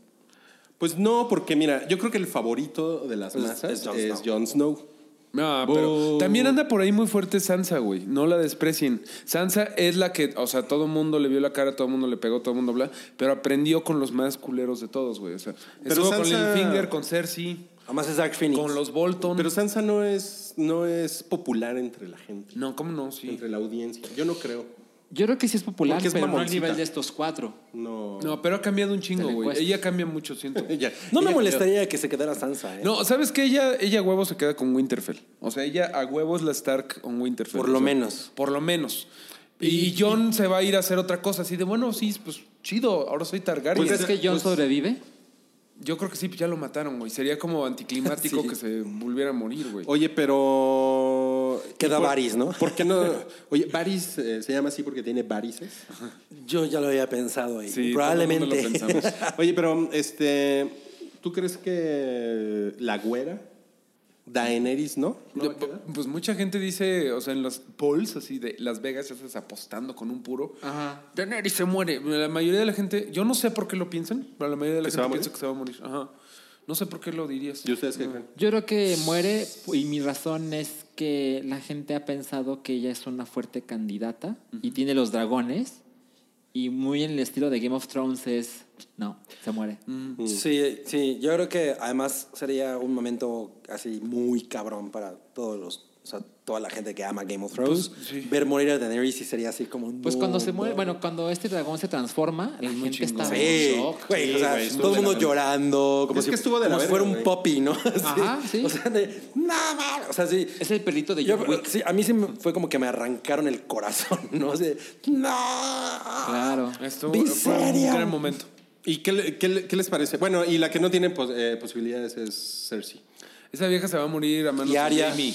Pues no, porque mira, yo creo que el favorito de las Es- masas es es Jon Jon Snow. Snow. No, pero Boo. también anda por ahí muy fuerte Sansa, güey. No la desprecien. Sansa es la que, o sea, todo mundo le vio la cara, todo el mundo le pegó, todo el mundo bla, pero aprendió con los más culeros de todos, güey. O sea, Pero estuvo con Sansa- Littlefinger, con Cersei, Además es Dark Phoenix. con los Bolton. Pero Sansa no es, no es popular entre la gente, no, ¿cómo no? Sí. entre la audiencia. Yo no creo. Yo creo que sí es popular, Porque es pero no al mamoncita. nivel de estos cuatro. No. No, pero ha cambiado un chingo, Te le güey. cuesta. Ella cambia mucho, siento. Ella- no me ella- molestaría que se quedara Sansa, ¿eh? No, ¿sabes qué? Ella, ella a huevo se queda con Winterfell. O sea, ella a huevo es la Stark con Winterfell. Por lo O sea, menos. Por lo menos. Y, John se va a ir a hacer otra cosa, así de, bueno, sí, pues chido, ahora soy Pues Targaryen. ¿Crees que Jon sobrevive? Yo creo que sí, ya lo mataron, güey. Sería como anticlimático que se volviera a morir, güey. Oye, pero. Queda ¿Y por- Varys, ¿no? ¿Por qué no? Oye, Varys eh, se llama así porque tiene varices. Yo ya lo había pensado ahí. Sí, todo el Probablemente. mundo lo pensamos. Oye, pero este. ¿Tú crees que la güera? Daenerys, ¿no? ¿No va Yo, a quedar? pues mucha gente dice, o sea, en los polls así de Las Vegas, ya sabes, apostando con un puro. Ah. Ajá. Daenerys se muere. La mayoría de la gente, yo no sé por qué lo piensan, pero la mayoría de la ¿Que se va gente a morir? piensa que se va a morir. Ajá. No sé por qué lo dirías. ¿Y ustedes qué creen? Yo creo que muere y mi razón es que la gente ha pensado que ella es una fuerte candidata y tiene los dragones y muy en el estilo de Game of Thrones es No, se muere. Sí, sí, yo creo que además sería un momento así muy cabrón para todos los, o sea, toda la gente que ama Game of Thrones. Ver morir a Daenerys sí sería así como Pues no, cuando se muere, no. bueno, cuando este dragón se transforma, la gente está Sí, en shock. güey, o sea, güey, estuvo todo el de la mundo verga. llorando, como Es si, que estuvo de la como si verga, fuera un güey. poppy, ¿no? Así, Ajá, sí. O sea, de, no, man", o sea, sí. Es el perrito de Yo- John Wick. sí, a mí sí me- fue como que me arrancaron el corazón, ¿no? Así de, no. Claro. Esto ¿En fue un serio? gran momento. ¿Y qué, le- qué le- qué les parece? Bueno, y la que no tiene pos- eh, posibilidades es Cersei. Esa vieja se va a morir a manos Y de Arya. Jaime.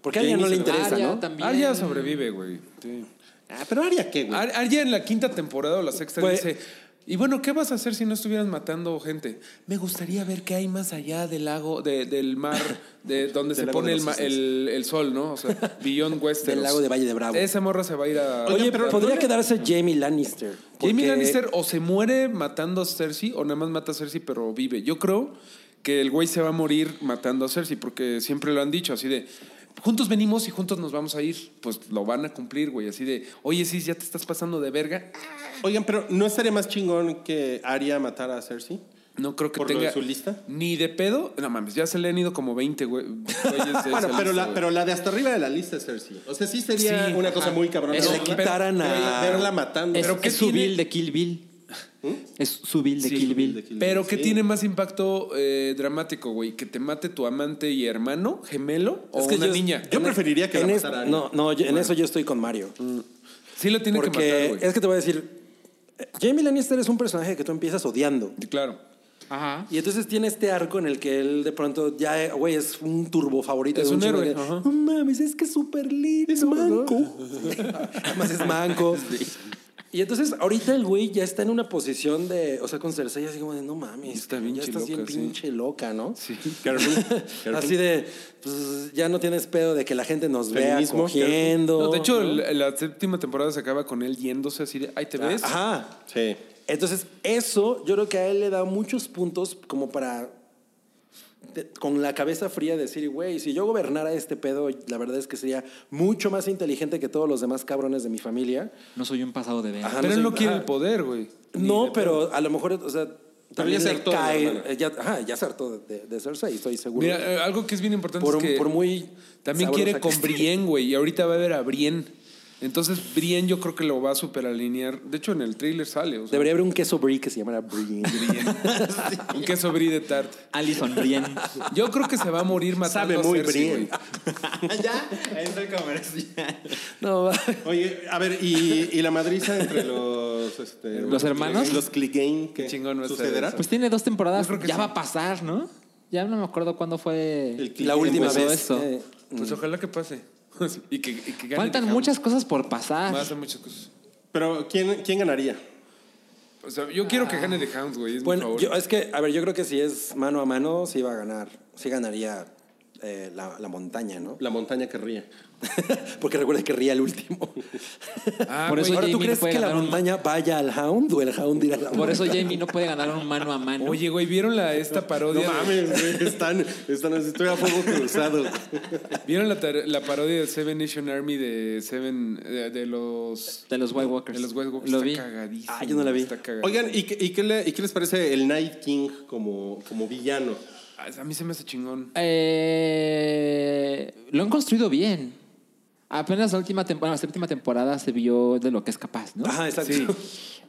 Porque a ella no Jamie le se- interesa, Arya ¿no? también. Arya sobrevive, güey. Sí. Ah, pero Aria qué, güey. Ar- Arya en la quinta temporada o la sexta Güey. dice, y bueno, ¿qué vas a hacer si no estuvieras matando gente? Me gustaría ver qué hay más allá del lago, de- del mar, de donde se lago pone de el, los ma- cisnes. el- el sol, ¿no? O sea, Beyond Westeros. Del lago de Valle de Bravo. Esa morra se va a ir a... Oye, pero podría ¿no? quedarse Jamie Lannister. Jamie porque- Lannister o se muere matando a Cersei o nada más mata a Cersei pero vive. Yo creo que el güey se va a morir matando a Cersei porque siempre lo han dicho así de juntos venimos y juntos nos vamos a ir. Pues lo van a cumplir, güey. Así de, oye, sí, ya te estás pasando de verga. Oigan, pero ¿no estaría más chingón que Aria matara a Cersei? No creo que ¿Por lo tenga. de su lista? Ni de pedo. No mames, ya se le han ido como 20, güey. güeyes de Bueno, esa pero lista, la, güey. pero la de hasta arriba de la lista es Cersei. O sea, sí sería Sí, una ajá. cosa muy cabrona. Que Pero- le quitaran pero- a- pero Verla matando. Es, Pero ¿qué es su tiene? bill de Kill Bill. Es su bill de Sí, Kill su bill Bill. de Kill Pero ¿qué Sí. tiene más impacto eh, dramático, güey? ¿Que te mate tu amante y hermano gemelo o Es que una yo- niña? Yo preferiría que en la es- matara Aria. No, no, yo- en eso yo estoy con Mario. Sí lo tiene que matar, porque güey. es que te voy a decir, eh, Jamie Lannister es un personaje que tú empiezas odiando. Claro. Ajá. Y entonces tiene este arco en el que él de pronto ya, eh, güey, es un turbo favorito. Es de un chingo héroe, de- ajá. No mames, es que es súper lindo. Es manco. Además es manco. Y entonces ahorita el güey ya está en una posición de, o sea, con Cersei así como de, no mames, Está cabrón, ya pinche estás bien loca, sí. pinche loca, ¿no? Careful, careful. Así de, pues ya no tienes pedo de que la gente nos Feminismo, vea cogiendo. No, de hecho, el- la séptima temporada se acaba con él yéndose así de, ahí te ves. Ah, Ajá. Sí. Entonces, eso yo creo que a él le da muchos puntos como para, de- con la cabeza fría, decir, güey, si yo gobernara este pedo, la verdad es que sería mucho más inteligente que todos los demás cabrones de mi familia. No soy un pasado de ver. Ajá, Pero él no no sé, quiere ajá. el poder, güey. No, pero a lo mejor, o sea, también ya se le hartó de la cae- hermana. eh, ya, ajá, ya se hartó de, de, de Cersei, estoy seguro. Mira, eh, algo que es bien importante por, es que por muy... también sabrosa quiere que con esté. Brienne, güey, y ahorita va a ver a Brienne. Entonces, Brienne yo creo que lo va a superalinear. De hecho, en el tráiler sale. O sea, Debería haber un queso brie que se llamara Brie. un queso brie de tarte. Alison Brien. Yo creo que se va a morir matando Sabe a muy Cersei, Brienne. güey. ya, ahí está el comercial. no, Oye, a ver, ¿y, y la madriza entre los... Este, ¿Los hermanos? Los Clegane. ¿Qué Qué chingón va a ser sucederá? eso. Pues tiene dos temporadas. Yo creo que Ya sí. va a pasar, ¿no? Ya no me acuerdo cuándo fue. El la última empezó vez. esto. eh, Pues ojalá que pase. y que, y que gane Faltan Dejamos. muchas cosas por pasar. Más de muchas cosas. Pero ¿quién, ¿quién ganaría? O sea, yo quiero que gane The Hound, güey. Es Bueno, mi yo, favorito. es que, a ver, yo creo que si es mano a mano, sí va a ganar. Sí ganaría eh, la, la montaña, ¿no? La montaña que ríe. Porque recuerda que ría el último. Ah, por eso güey, Ahora, ¿tú Jamie no crees puede que la ganar un- montaña vaya al hound o el hound irá a la Por eso montaña? Jamie no puede ganar un mano a mano. Oye, güey, ¿vieron la, esta No parodia? de- mames, güey, están, están así, estoy a fuego cruzado. ¿Vieron la, tar- la parodia de Seven Nation Army de Seven de, de los De los White Walkers. de los West Walkers? Lo está vi. cagadísimo. Ah, yo no la vi. Está cagadísimo. Oigan, ¿y, qué- y qué le- y qué les parece el Night King como, como villano? Ah, a mí se me hace chingón. Eh, lo han construido bien. Apenas la última temporada, la séptima temporada se vio de lo que es capaz, ¿no? Ajá, exacto. Sí.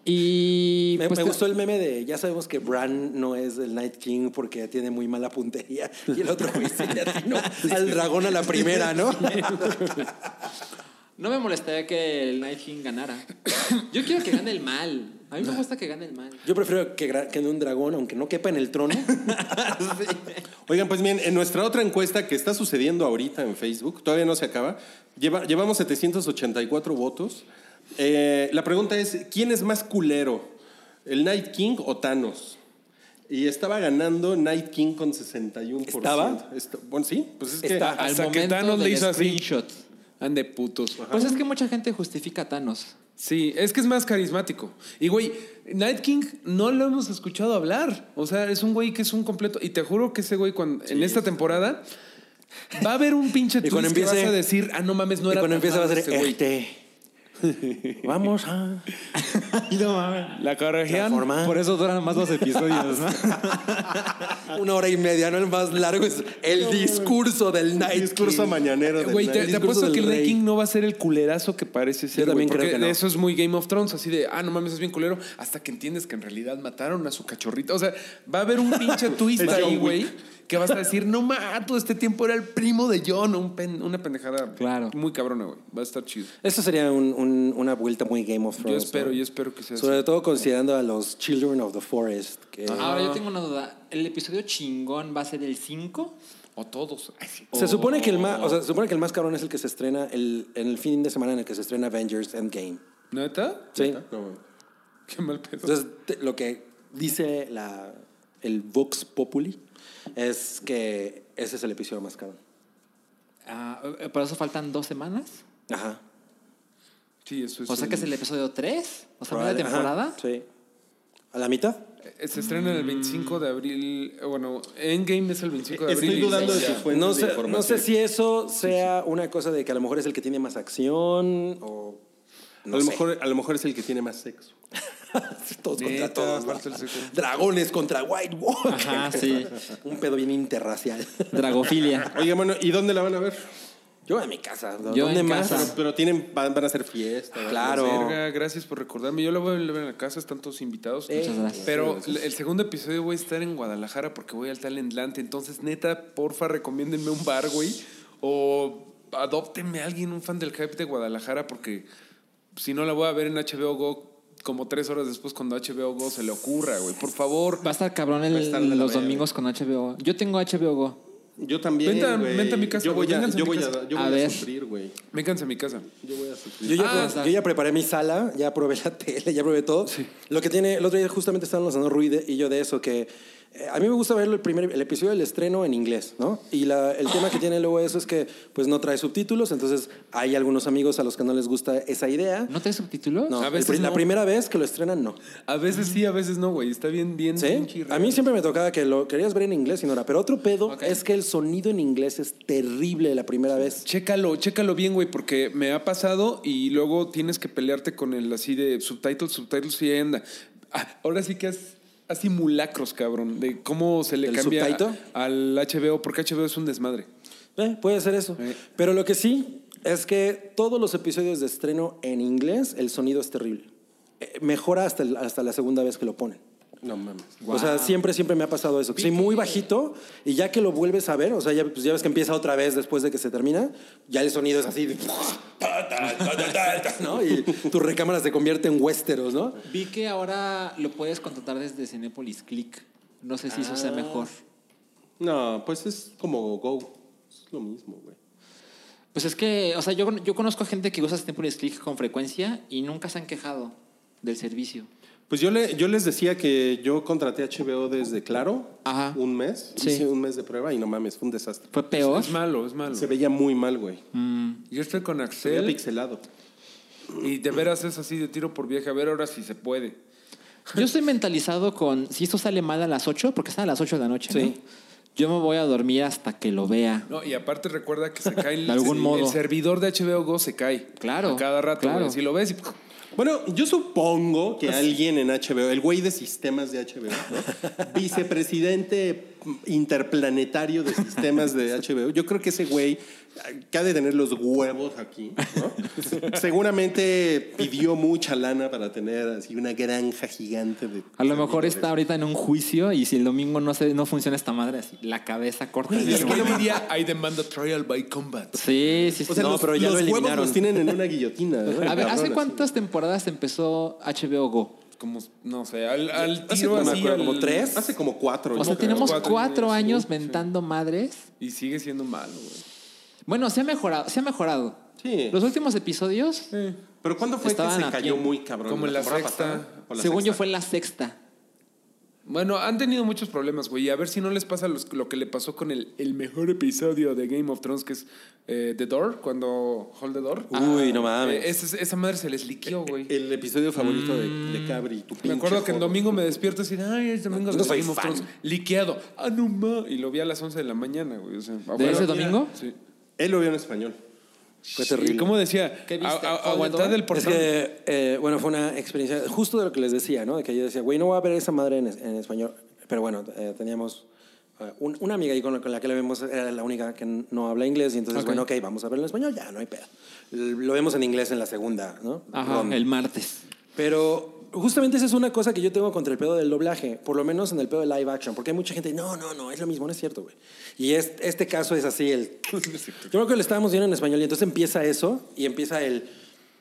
Y Me, pues, me te- gustó el meme de ya sabemos que Bran no es el Night King porque tiene muy mala puntería y el otro güey se le atinó al dragón a la primera, ¿no? no me molestaría que el Night King ganara. Yo quiero que gane el mal. A mí me gusta que gane el mal. Yo prefiero que gra- que un dragón, aunque no quepa en el trono. Oigan, pues bien, en nuestra otra encuesta que está sucediendo ahorita en Facebook, todavía no se acaba, lleva- llevamos 784 votos. Eh, la pregunta es, ¿quién es más culero? ¿El Night King o Thanos? Y estaba ganando Night King con 61%. ¿Estaba? Esto- bueno, sí, pues es que... Está. Hasta Al que momento Thanos le del hizo así. screenshot. Ande putos. Pues es que mucha gente justifica a Thanos. Sí, es que es más carismático. Y güey, Night King no lo hemos escuchado hablar. O sea, es un güey que es un completo. Y te juro que ese güey, cuando, en esta temporada, va a haber un pinche Y cuando twist que vas empiece- a decir, ah, no mames, no y era cuando tan empieza va a malo ser E ese güey. este. Vamos a. La corregían. Transformar. Por eso duran más los episodios, ¿no? Una hora y media, no el más largo, es el discurso del Night Discurso King. mañanero del Güey, te, El te discurso apuesto del que el Night rey. King no va a ser el culerazo que parece ser. Yo también güey, creo porque que no. Eso es muy Game of Thrones, así de, ah, no mames, es bien culero, hasta que entiendes que en realidad mataron a su cachorrita. O sea, va a haber un pinche twist Es John ahí, Wick. güey, que vas a decir, no mames, todo este tiempo era el primo de John, un pen- una pendejada Claro. muy cabrona, güey. Va a estar chido. Eso sería un- un- una vuelta muy Game of Yo Thrones. espero, ¿no? yo espero que sea Sobre así. todo considerando a los Children of the Forest. que- Ahora yo tengo una duda. ¿El episodio chingón va a ser el 5? O todos. Ay, sí. Se supone que el más, o sea, se supone que el más cabrón es el que se estrena el, en el fin de semana en el que se estrena Avengers Endgame. ¿Neta? Sí. pues. Qué mal pedo. Entonces, te- lo que dice la, el Vox Populi es que ese es el episodio más cabrón. Ah, eh, ¿Para eso faltan dos semanas? Ajá. sí, eso es. O sea que es el episodio 3, o sea, media Probable- ajá, temporada. sí. ¿A la mitad? Eh, Se estrena el 25 de abril. eh, Bueno, Endgame es el 25 de abril. Estoy y dudando de ya. sus fuentes No de sé, información. no sé si eso sea una cosa de que a lo mejor es el que tiene más acción o... no a, lo sé. mejor, a lo mejor es el que tiene más sexo. todos Neta, contra todos. ¿no? aparte el seco. Dragones contra White Walker. Ajá, sí. Un pedo bien interracial. Dragofilia. Oye, bueno, ¿y dónde la van a ver? Ah. Yo en mi casa. ¿no? Yo ¿Dónde en más? casa. Pero tienen, van, van a hacer fiesta. van a Claro. Verga, gracias por recordarme. Yo la voy a ver en la casa, están todos invitados. Eh, Muchas gracias. Pero l- el segundo episodio voy a estar en Guadalajara porque voy al Talentland. Entonces, neta, porfa, recomiéndenme un bar, güey. O adóptenme a alguien, un fan del hype de Guadalajara, porque si no la voy a ver en HBO Go como tres horas después cuando HBO Go se le ocurra, güey. Por favor. Va a estar cabrón el- Va a estar de la los verga. domingos con HBO. Yo tengo HBO Go. Yo también. Vente a- güey. vente a mi casa, Yo voy güey, a, vénganse yo a mi voy a, casa. yo A voy a ver. sufrir, güey. Vénganse a mi casa. Yo voy a sufrir. Yo ya, Ah, pro- yo ya preparé mi sala, ya probé la tele, ya probé todo. Lo que tiene, el otro día justamente estaban lanzando Ruiz y yo de eso, que eh, a mí me gusta ver el primer el episodio del estreno en inglés, ¿no? Y la- el tema que tiene luego eso es que pues no trae subtítulos, entonces hay algunos amigos a los que no les gusta esa idea. ¿No traes subtítulos? No, A el veces pri- la no. primera vez que lo estrenan, no. A veces sí, a veces no, güey. Está bien, bien. pinche ¿Sí? irreal. A mí siempre me tocaba que lo querías ver en inglés y no era. Pero otro pedo Ok. es que el sonido en inglés es terrible la primera vez. Chécalo, chécalo bien, güey, porque me ha pasado y luego tienes que pelearte con el así de subtitles, subtitles y anda. Ah, Ahora sí que has, has simulacros, cabrón, de cómo se le ¿El cambia subtitle? a- al HBO, porque HBO es un desmadre. Eh, puede ser eso. Pero lo que sí es que todos los episodios de estreno en inglés, el sonido es terrible. Eh, Mejora hasta, el- hasta la segunda vez que lo ponen. No mames. O sea, siempre, siempre me ha pasado eso. que Soy muy bajito y ya que lo vuelves a ver, o sea, ya, pues, ya ves que empieza otra vez después de que se termina, ya el sonido es así, de- ¿no? Y tu recámara se convierte en westeros, ¿no? Vi que ahora lo puedes contratar desde Cinepolis Click. No sé si eso sea mejor. No, pues es como Go. Es lo mismo, güey. Pues es que, o sea, yo, yo conozco gente que usa Cinepolis Click con frecuencia y nunca se han quejado del servicio. Pues yo, le, yo les decía que yo contraté HBO desde Claro Ajá. un mes. Sí. Hice un mes de prueba y no mames, fue un desastre. Fue peor. Es malo, es malo. Se veía muy mal, güey. Yo estoy con Se veía Axel pixelado. y de veras es así de tiro por viaje. A ver ahora si se puede. Yo estoy mentalizado con si esto sale mal a las 8, porque sale a las 8 de la noche. ¿no? Sí. Yo me voy a dormir hasta que lo vea. No, y aparte recuerda que se cae el, De algún el modo. servidor de HBO Go se cae. Claro, A cada rato, claro. güey. Si lo ves y Bueno, yo supongo que alguien en HBO, el güey de sistemas de HBO, ¿no? vicepresidente interplanetario de sistemas de HBO, yo creo que ese güey que ha de tener los huevos aquí, ¿no? seguramente pidió mucha lana para tener así una granja gigante de... A lo mejor de- está ahorita en un juicio y si el domingo no se, no funciona esta madre así, la cabeza corta. en el es que momento. hoy día hay demanda trial by combat. Sí, sí, sí. O sea, No, los, pero ya los lo huevos eliminaron. los tienen en una guillotina. ¿no? a ver, ¿hace Cabrones. cuántas temporadas empezó HBO Go? Como, no sé, al, al Hace tiro como, así. me acuerdo, al- como tres. Hace como cuatro. O sea, yo Pues creo. tenemos cuatro cuatro, años, años sí, mentando madres. Y sigue siendo malo, güey. Bueno, se ha mejorado, se ha mejorado. Sí. Los últimos episodios, Pero ¿cuándo fue Estaban que a se cayó tiempo. muy cabrón? Como en la temporada sexta. pasada? ¿O la según yo, sexta? fue la sexta. Bueno, han tenido muchos problemas, güey. Y a ver si no les pasa los- lo que le pasó con el, el mejor episodio de Game of Thrones, que es eh, The Door, cuando Hold the Door. Uy, no mames. Eh, Eh, esa, esa madre se les liquió, güey. El episodio favorito de, de Cabri, tu Mm. Me acuerdo pinche que en joder. domingo me despierto así, ay, es domingo de No soy Game of fan. Thrones. Liqueado. Ah, no ma. Y lo vi a las 11 de la mañana, güey. O sea, ¿De afuera. ese domingo? Sí. Él lo vio en español. Fue terrible. ¿Cómo decía? ¿Qué viste? A- a- aguantad el Es portón. que, eh, bueno, fue una experiencia justo de lo que les decía, ¿no? De que yo decía, güey, no voy a ver esa madre en, es- en español. Pero bueno, eh, teníamos eh, un- una amiga ahí con la, con la que la vemos, era la única que n- no habla inglés. Y entonces, bueno, ok, vamos a verlo en español, ya, no hay pedo. L- Lo vemos en inglés en la segunda, ¿no? Ajá, Con- el martes. Pero justamente esa es una cosa que yo tengo contra el pedo del doblaje, por lo menos en el pedo de live action, porque hay mucha gente, no, no, no, es lo mismo, no es cierto, güey. Y es- este caso es así, el... Yo creo que lo estábamos viendo en español y entonces empieza eso y empieza el...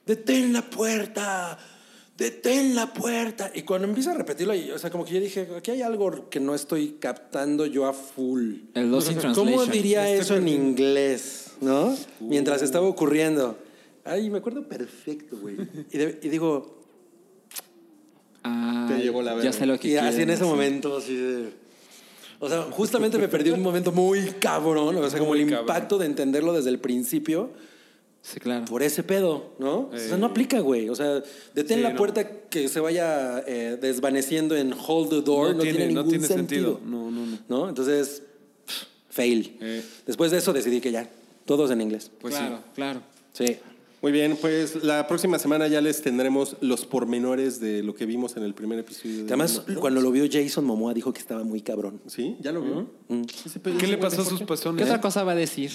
Detén la puerta, detén la puerta. Y cuando empieza a repetirlo, y, o sea, como que yo dije, aquí hay algo que no estoy captando yo a full. El Lost in ¿Cómo Translation. diría eso en inglés, no? Mientras estaba ocurriendo. Ay, me acuerdo perfecto, güey. Y, de- y digo, Ah, Te llevó la verga. Ya sé lo que y así quieren en ese hacer. momento, así de- O sea, justamente me perdí un momento muy cabrón, o sea, como el Muy cabrón. impacto de entenderlo desde el principio Sí, claro. por ese pedo, ¿no? O sea, no aplica, güey. O sea, detén Sí, la no. puerta que se vaya eh, desvaneciendo en hold the door, no, tiene, ningún no tiene sentido. sentido. No, no, no. ¿No? Entonces, pff, fail. Eh. Después de eso decidí que ya, todos en inglés. Pues claro, claro. Sí. Muy bien, pues la próxima semana ya les tendremos los pormenores de lo que vimos en el primer episodio. de- Además, cuando lo vio Jason Momoa dijo que estaba muy cabrón. ¿Sí? ¿Ya lo vio? Ese pedo- ¿Qué ese le güey, pasó a ¿por sus qué? pasones? ¿Qué otra cosa va a decir?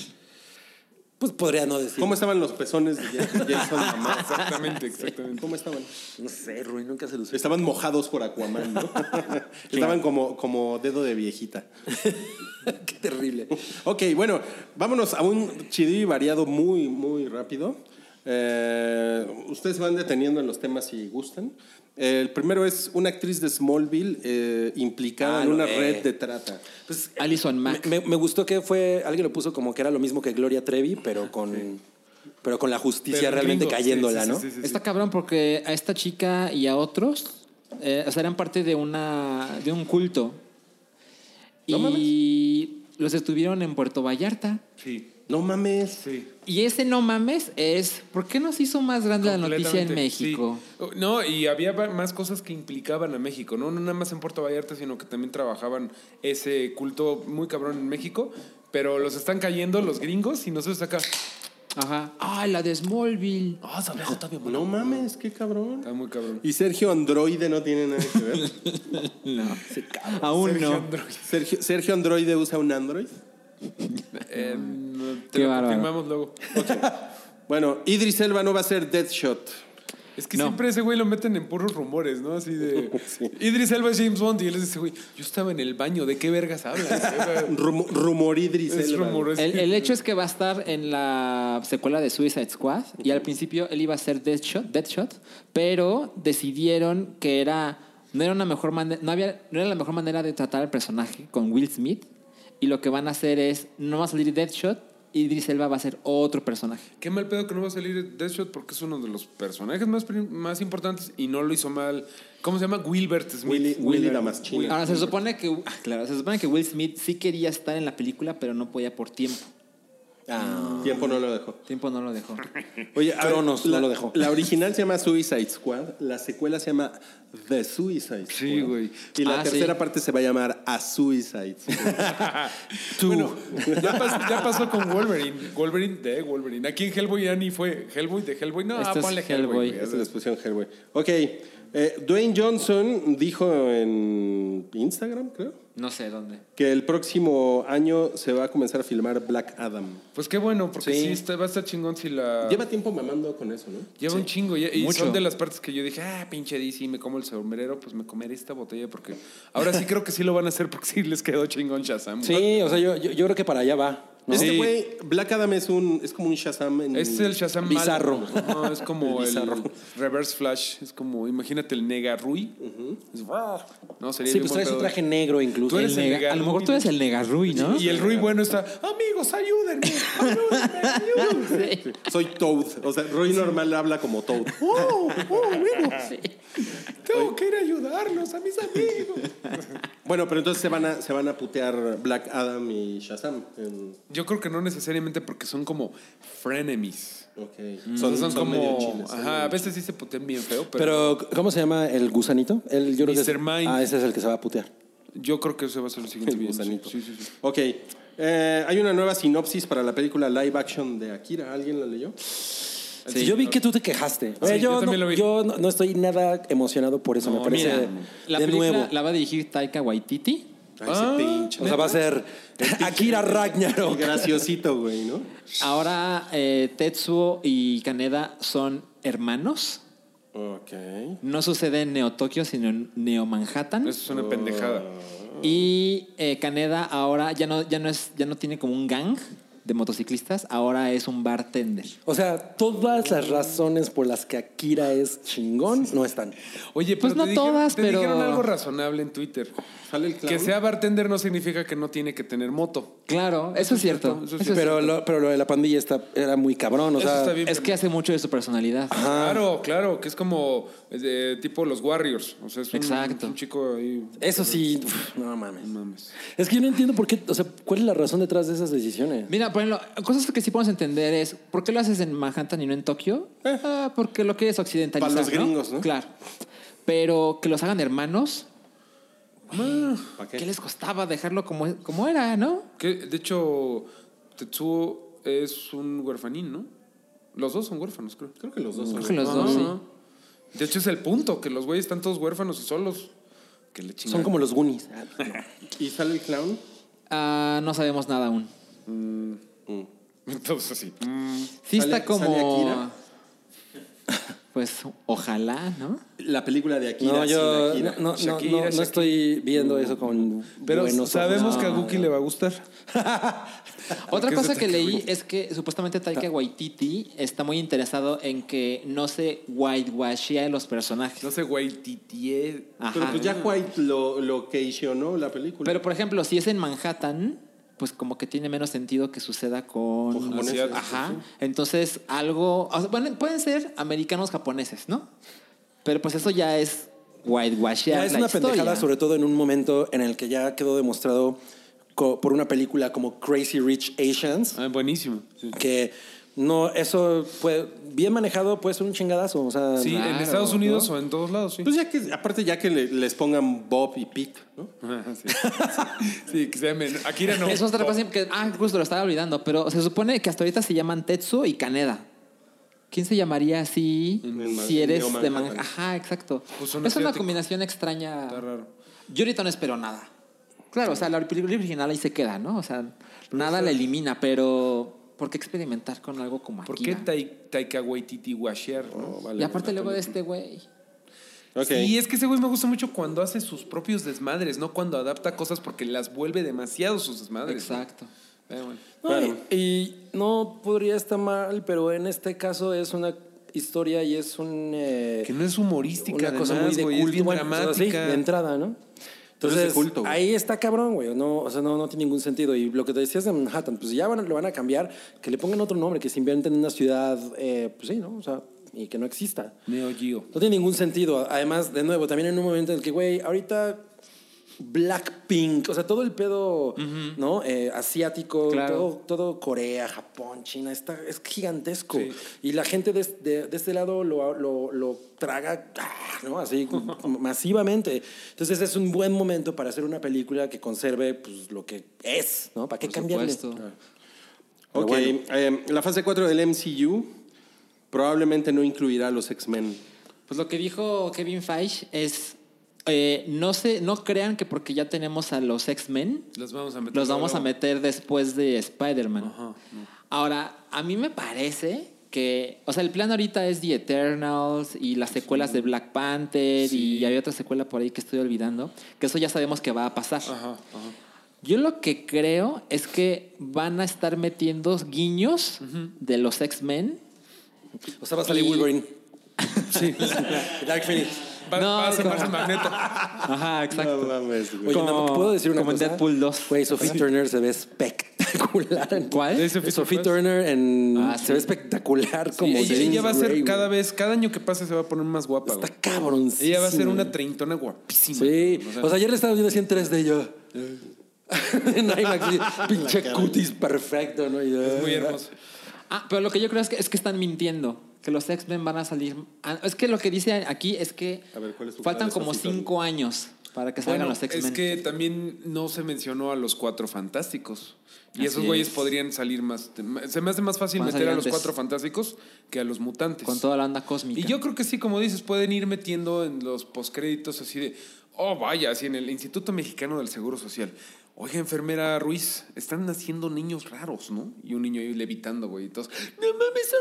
Pues podría no decir. ¿Cómo estaban los pezones de Jason Jason Momoa? Exactamente, exactamente. ¿Cómo estaban? No sé, Rui, nunca se lo sé. Estaban mojados por Aquaman, ¿no? estaban como, como dedo de viejita. Qué terrible. Ok, bueno, vámonos a un chidillo y variado muy, muy rápido. Eh, ustedes van deteniendo en los temas si gustan. El primero es una actriz de Smallville eh, implicada Ah, en lo una ve. red de trata. Pues, Alison Mack. me, me gustó que fue, alguien lo puso como que era lo mismo que Gloria Trevi, pero con, pero con la justicia Pero realmente gringos, sí, cayéndola, sí, ¿no? sí, sí, sí. Está cabrón porque a esta chica y a otros eh, o sea, eran parte de una de un culto. y los estuvieron en Puerto Vallarta. Sí, No mames. sí. Y ese no mames es ¿por qué nos hizo más grande la noticia en Completamente, México? sí. Oh, No, y había va- más cosas que implicaban a México, ¿no? No nada más en Puerto Vallarta, sino que también trabajaban ese culto muy cabrón en México. Pero los están cayendo los gringos y nosotros acá. Ajá. Ah, la de Smallville. Ah, No mames, qué cabrón. Está muy cabrón. Y Sergio Androide no tiene nada que ver. Aún Sergio no. Android. Sergio, Sergio Androide usa un Android. Eh, no, te Qué lo bárbaro. confirmamos luego. Bueno, Idris Elba no va a ser Deadshot. Es que No. siempre ese güey lo meten en puros rumores, ¿no? Así de. Sí. Idris Elba es James Bond y él les dice, güey, yo estaba en el baño, ¿de qué vergas hablas? O sea, Rumo- rumor Idris es Elba. rumor. es- El, el hecho es que va a estar en la secuela de Suicide Squad y al principio él iba a ser Deadshot, Deadshot pero decidieron que era no era una mejor manera no había no era la mejor manera de tratar al personaje con Will Smith y lo que van a hacer es no va a salir Deadshot y Idris Elba va a ser otro personaje. Qué mal pedo que no va a salir Deadshot porque es uno de los personajes más, prim- más importantes y no lo hizo mal. ¿Cómo se llama? Wilbert Smith. Willy, Willy Damaschino. Ahora se supone que ah, claro, se supone que Will Smith sí quería estar en la película, pero no podía por tiempo. Ah, Tiempo no lo dejó. Tiempo no lo dejó. Oye, a ver, Cronos no la, lo dejó. La original se llama Suicide Squad, la secuela se llama The Suicide Squad. Sí, güey. Y la Ah, sí. tercera parte se va a llamar A Suicide Squad. Bueno, ya, pas- ya pasó con Wolverine. Wolverine de Wolverine. Aquí en Hellboy ya ni fue Hellboy de Hellboy. No, Esto ah, Este es ponle Hellboy. Hellboy. güey. Ya se les pusieron Hellboy. Ok, eh, Dwayne Johnson dijo en Instagram, creo, No sé dónde. que el próximo año se va a comenzar a filmar Black Adam. Pues qué bueno, porque Sí. sí, está- va a estar chingón si la. Lleva, Lleva tiempo mamando con eso, ¿no? un chingo. ya- y Mucho. son de las partes que yo dije, ah, pinche DC, me como el sombrero, pues me comeré esta botella porque. Ahora sí creo que sí lo van a hacer porque sí les quedó chingón Shazam. Sí, o sea, yo, yo, yo creo que para allá va. ¿no? Este Sí. güey, Black Adam es un es como un Shazam en Es el Shazam malo. Bizarro. No, es como El el, bizarro. Reverse Flash. Es como, imagínate el Nega Rui. Es- No, sería Sí, bien buen pues traes un pedo. traje negro incluso. Tú eres el Nega- a lo mejor tú eres el Negarrui, ¿no? Y el Rui bueno está, amigos, ayúdenme, ayúdenme, ayúdenme. Soy Toad. O sea, Roy normal habla como Toad. Oh, oh, Ah, amigos. Tengo que ir a ayudarlos a mis amigos. Bueno, pero entonces se van a, se van a putear Black Adam y Shazam. en- Yo creo que no necesariamente porque son como frenemies. ok. Son, Mm, son medio como. chiles, eh. son ajá, a medio veces sí se putean bien feo, pero, Pero, ¿cómo se llama el gusanito? El, yo creo que es- Mr. Mind. Ah, ese es el que se va a putear. yo creo que eso va a ser lo siguiente. chiles. bien. Gusanito. Sí, sí, sí. Ok. Eh, hay una nueva sinopsis para la película live action de Akira. ¿Alguien la leyó? Sí, yo vi que tú te quejaste. Oye, yo yo también no, lo vi. yo no- no estoy nada emocionado por eso, me parece. Mira, la de película nuevo. la va a dirigir Taika Waititi. Ay, ese pinche. o sea, va a ser Akira Ragnarok. Graciosito, güey, ¿no? Ahora eh, Tetsuo y Kaneda son hermanos. Ok. No sucede en Neo Tokio, sino en Neo Manhattan. Eso es una Ah. pendejada. Y eh, Kaneda ahora ya no, ya, no es, ya no tiene como un gang de motociclistas, ahora es un bartender. O sea, todas las razones por las que Akira es chingón no están. Oye, Pues pero no te dijeron- todas, te pero- dijeron algo razonable en Twitter. ¿Sale el clown? Que sea bartender no significa que no tiene que tener moto. Claro, eso, es cierto. cierto, eso es Eso es Pero lo, pero lo de la pandilla está, era muy cabrón. O Eso sea, está bien. Es que hace mucho de su personalidad. Claro, claro, que es como eh, tipo los Warriors. O sea, es un, Exacto. un chico ahí. eso sí, uf, no mames. mames. Es que yo no entiendo por qué, o sea, cuál es la razón detrás de esas decisiones. Mira, por ejemplo, cosas que sí podemos entender es ¿por qué lo haces en Manhattan y no en Tokio? Ah, porque lo quieres occidentalizar. Eh. Para los gringos, ¿no? Claro. Pero que los hagan hermanos, ¿Para ¿qué, qué? les costaba dejarlo como, como era, no? Que, de hecho, Tetsuo es un huerfanín, ¿no? Los dos son huérfanos, creo. Creo que los dos Creo son. que los Ajá. dos, sí. De hecho, es el punto, que los güeyes están todos huérfanos y solos. Que le chingan. Son como los Goonies. Ah, ¿Y sale el clown? Ah, no sabemos nada aún. Entonces, así. Sí ¿Sale- está como... sale Akira? Pues ojalá, ¿no? La película de Akira. No, sí, yo de no, Akira. no, no, Shakira, no, no Shakira. estoy viendo eso con Pero buenos ojos. sabemos No. que a Guki le va a gustar. Otra Porque cosa eso que te leí cabrón. es que supuestamente Taika Waititi está muy interesado en que no se whitewashea los personajes. No sé, güey, E. titié. Ajá. Pero pues ya White lo, lo occasionó la película. Pero pues, por ejemplo, si es en Manhattan, pues como que tiene menos sentido que suceda con japoneses, asiáticos, Ajá. Entonces, algo, o sea, bueno, pueden ser americanos japoneses, ¿no? Pero pues eso ya es Ya whitewashear es la una historia. pendejada, sobre todo en un momento en el que ya quedó demostrado co- por una película como Crazy Rich Asians, Ah, buenísimo. Sí, que no, eso puede- bien manejado puede ser un chingadazo. O sea, Sí, en Claro, Estados Unidos ¿no? o en todos lados, sí. Pues ya que, aparte ya que le- les pongan Bob y Pete, ¿no? Ajá, sí. sí, que se llamen. Akira no. Oh, Eso es otra cosa que, ah, justo lo estaba olvidando, pero se supone que hasta ahorita se llaman Tetsu y Kaneda. ¿Quién se llamaría así En- si en eres Neo de Manhattan. Manhattan? Ajá, exacto. Pues es son una asiáticos. combinación extraña. Está raro. Yo ahorita no espero nada. Claro, o sea, la película original ahí se queda, ¿no? O sea, nada la elimina, pero ¿por qué experimentar con algo como ¿Por qué Akira? tai, Taika Waititi washer? y aparte luego de este güey. Y es que ese güey me gusta mucho cuando hace sus propios desmadres, no cuando adapta cosas porque las vuelve demasiado sus desmadres. Exacto. Eh, bueno. No, y, y no podría estar mal, pero en este caso es una historia y es un... eh, Que no es humorística, una cosa muy de güey, culto, es bien bueno, pues, así, dramática. de entrada, ¿no? Pero es Entonces, de culto, güey. ahí está cabrón, güey. No, o sea, no, no tiene ningún sentido. Y lo que te decías de Manhattan, pues ya van, a- lo van a cambiar, que le pongan otro nombre, que se inventen una ciudad, eh, pues sí, ¿no? O sea, y que no exista. Neo Geo. No tiene ningún sentido. Además, de nuevo, también en un momento en el que, güey, ahorita Blackpink, o sea, todo el pedo, ¿no? Eh, asiático, Claro. todo, todo Corea, Japón, China, está, es gigantesco. Y la gente de, de- de este lado lo, lo- lo traga, ah, ¿no? Así masivamente. Entonces es un buen momento para hacer una película que conserve pues, lo que es, ¿no? ¿Para qué Por cambiarle? Ah. supuesto. Ok, eh, la fase 4 del MCU probablemente no incluirá a los X-Men. Pues lo que dijo Kevin Feige es eh, no se, no crean que porque ya tenemos a los X-Men, Los vamos a meter. los vamos a luego. meter después de Spider-Man. Ahora, a mí me parece que, o sea, el plan ahorita es The Eternals y las secuelas de Black Panther y hay otra secuela por ahí que estoy olvidando, que eso ya sabemos que va a pasar. Yo lo que creo es que van a estar metiendo guiños de los X-Men. O sea, va a salir Y- Wolverine. Dark Phoenix. Va, No, va a es asomarse como- Magneto. Ah, Ajá, exacto. No mames, güey. Oye, Como- no, ¿puedo decir una como en cosa? Deadpool 2. Güey, Sophie Turner se ve espectacular. en- ¿Cuál? Ese fue- Sophie pues. Turner en... Ah, se sí. ve espectacular Sí, como... ella, James ella va a ser Gray, cada güey. vez, cada año que pase se va a poner más guapa. Está güey. cabroncísima. Ella va a ser una treintona guapísima. Sí. cabrón, o sea. O sea, ayer le estaba viendo así en 3D yo. en IMAX. sí, pinche cutis perfecto, ¿no? Y- Es muy hermoso. Ah, pero lo que yo creo es que, es que están mintiendo. Que los X-Men van a salir. ah, Es que lo que dice aquí es que A ver, ¿cuál es tu faltan plan de como Sophie Turner? cinco años. Para que salgan Bueno, los X-Men. es que también no se mencionó a los cuatro fantásticos. Y Así esos güeyes es. podrían salir más. Se me hace más fácil Más meter a los adelante. cuatro fantásticos que a los mutantes. Con toda la onda cósmica. Y yo creo que sí, como dices, pueden ir metiendo en los postcréditos así de, oh vaya, así en el Instituto Mexicano del Seguro Social. Oiga, enfermera Ruiz, están naciendo niños raros, ¿no? Y un niño ahí levitando, güey. Y todos, no mames, son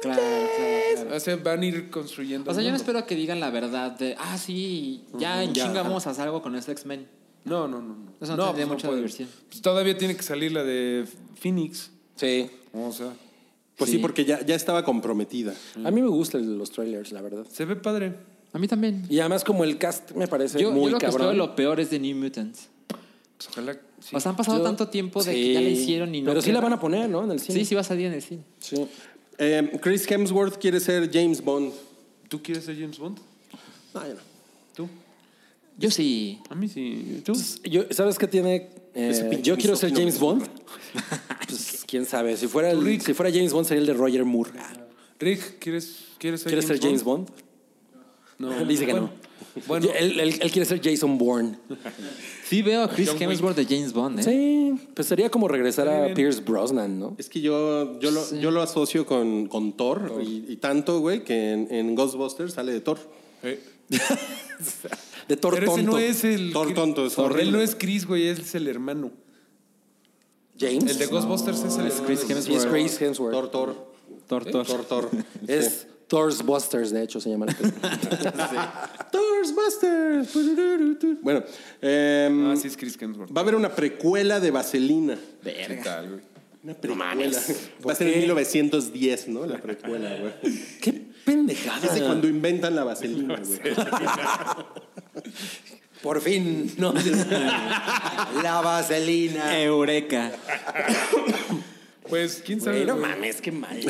Claro, mutantes. claro, claro. O sea, van a ir construyendo. O sea, el yo no mundo. espero que digan la verdad de, ah, sí, ya en chinga vamos a hacer algo con este X-Men. No, no, no. No, Eso no tendría mucha puede. diversión. Pues todavía tiene que salir la de Phoenix. Sí. O sea, Pues sí, Sí. porque ya, ya estaba comprometida. A mí me gustan los trailers, la verdad. se ve padre. A mí también. Y además como el cast me parece Yo, yo muy lo que espero cabrón. lo peor es de New Mutants. Pues ojalá. sí. O sea, han pasado Yo- tanto tiempo de Sí. que ya la hicieron y no. Pero sí la queda. van a poner, ¿no? En el cine. Sí, sí va a salir en el cine. Sí. Eh, Chris Hemsworth quiere ser James Bond. ¿Tú quieres ser James Bond? Ah, No, yo no. ¿Tú? Yo sí. A mí sí. Pues, ¿Tú? Yo- ¿Sabes qué tiene? eh, Ese pinche yo quiero ser misógino James misógino. Bond. pues quién sabe. Si fuera, el- Rick. si fuera James Bond sería el de Roger Moore. Rick, ¿quieres, quieres ser ¿Quieres ser James Bond? No. Dice que Bueno, no. Bueno, Yo- él, él- él quiere ser Jason Bourne. Sí veo a Chris John Wick. Hemsworth de James Bond, ¿eh? Sí, pues sería como regresar a bien. Pierce Brosnan, ¿no? Es que yo, yo, lo, yo lo asocio con, con Thor y, y tanto, güey, que en, en Ghostbusters sale de Thor. eh, De Thor pero ese tonto. no es el. Thor tonto, es Thor- horrible. Él no es Chris, güey, él es el hermano. James. El de Ghostbusters es el hermano. Chris Sí, es Chris Hemsworth. Thor, Thor. Thor, Thor. Thor, Thor. Es Thor's Busters, de hecho, se llama. la película. Thor's Busters. Bueno, em, Ah, sí, es Chris Hemsworth. va a haber una precuela de Vaselina. ¿Qué tal, güey? Una precuela. Va a ser en 1910, ¿no? La precuela, güey. Qué Es de pendejada. cuando inventan la Vaselina, güey. Por fin. No. la vaselina. Eureka. Pues, quién sabe. Güey, no güey? mames, qué mal.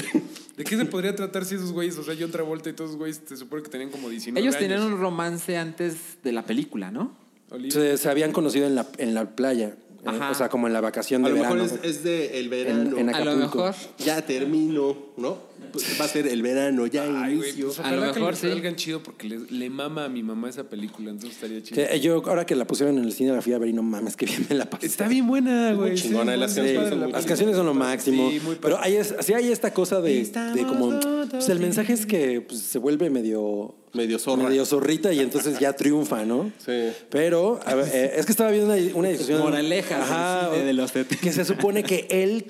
¿De qué se podría tratar si esos güeyes, o sea, John Travolta y todos esos güeyes, se supone que tenían como 19 Ellos años? tenían un romance antes de la película, ¿no? Olivia. se, se habían conocido en la, en la playa. eh, Ajá. o sea, como en la vacación A de lo mejor verano. es, es de el verano. En- en A lo Acapulco. mejor. Ya termino, ¿no? Pues Va a ser el verano, ya Ay, güey, inicio. pues ojalá A lo mejor que le sí. salgan chido porque le, le mama a mi mamá esa película, entonces estaría chido. Que, eh, yo, ahora que la pusieron en el cine, la fui a ver y no mames, que bien me la pasé. Está bien buena, Ah, güey. chingona, sí, y las muy canciones padre son la muy Las película. canciones son lo máximo. Sí, muy pero padre. hay, es- sí hay esta cosa de, de como. Estamos Pues el mensaje es que pues, se vuelve medio. Medio zorra. Medio zorrita y entonces ya triunfa, ¿no? Sí. Pero a ver, eh, es que estaba viendo una, una discusión. Moralejas del cine de los 70. Que se supone que él,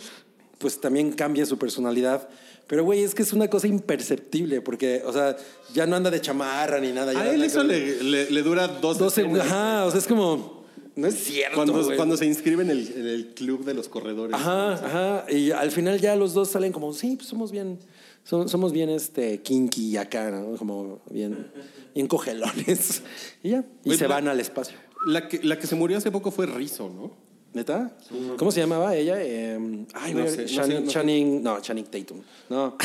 pues también cambia su personalidad. Pero, güey, es que es una cosa imperceptible porque, o sea, ya no anda de chamarra ni nada. ya A anda él eso con- le, le- le dura dos, Dos segundos. escenas. Ajá, o sea, es como. No es cierto. Cuando, güey. cuando se inscribe en el, en el club de los corredores. Ajá, ajá. Y al final ya los dos salen como, sí, pues somos bien, so- somos bien este kinky acá, ¿no? Como bien, bien cogelones. Y ya. Y Oye, pues, se pero- van al espacio. La que, la que se murió hace poco fue Rizo, ¿no? ¿Neta? ¿Cómo se llamaba ella? Eh, ay, No güey, sé, no Shan- sé, no sé. Channing- no, Channing Tatum. No.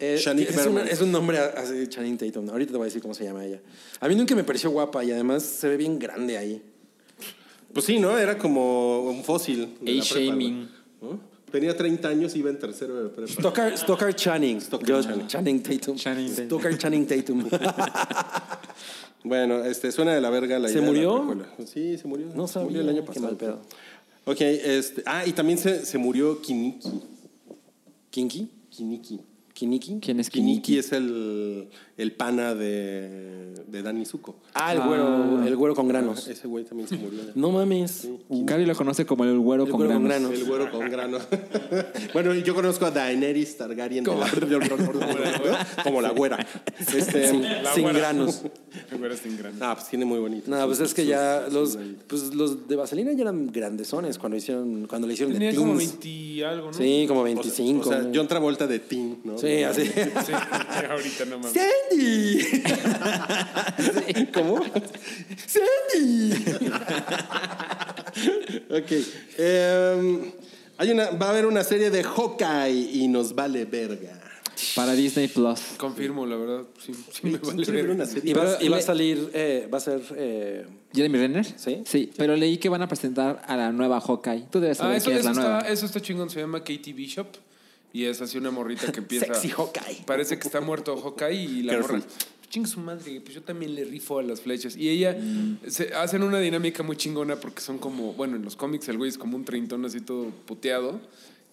Eh, Channing es, Berman. una- es un nombre así, Channing Tatum. Ahorita te voy a decir cómo se llama ella. A mí nunca me pareció guapa y además se ve bien grande ahí. Pues sí, ¿no? Era como un fósil. de la prepa, güey. shaming. ¿No? Tenía 30 años y iba en tercero de prepa. Stoker, Stoker Channing. Stoker Yo- Channing. Tatum. Channing Tatum. Stoker Channing Tatum. Bueno, este, suena de la verga la ¿Se idea de la murió? precuela. sí, se murió. No se murió el sabía, qué año pasado. mal pedo. Ok, este, ah, y también se, se murió Kiniki. ¿Kinky? Kiniki. ¿Kiniki? ¿Quién es Kiniki Kiniki? es el, el pana de, de Danny Zuko. Ah, el güero, el güero con granos. Ese güey también se murió. No mames. Gaby lo conoce como el güero El con güero con granos. granos. El güero con grano. bueno, yo conozco a Daenerys Targaryen. de la- Como la güera. Este, Sin, sin güera. granos. Me acuerdo, sin gran- Ah, pues tiene muy bonito. No, pues es que ya los, pues los de Vaselina ya eran grandezones cuando hicieron, cuando le hicieron de Tenía como teens. 20 y algo, ¿no? Sí, como O sea, 25. O sea, ¿no? John Travolta de Teen, ¿no? Sí, así. Sí, ahorita no mames. ¡Sandy! ¿Cómo? ¡Sandy! Ok. em, hay una, va a haber una serie de Hawkeye y nos vale verga. Para Disney Plus. Confirmo, la verdad. Sí, sí me vale Quiero ver verga. una serie. Y va, Pero y va a le- salir, eh, va a ser... eh, ¿Jeremy Renner? Sí. Sí, pero leí que van a presentar a la nueva Hawkeye. Tú debes Ah, saber eso, quién es eso la nueva. está, eso está chingón, se llama Katie Bishop. Y es así una morrita que empieza. Sexy Hawkeye. Parece que está muerto Hawkeye y la Careful. morra. chingue su madre, pues yo también le rifo a las flechas. Y ella, Mm. se hacen una dinámica muy chingona porque son como, bueno, en los cómics el güey es como un treintón así todo puteado.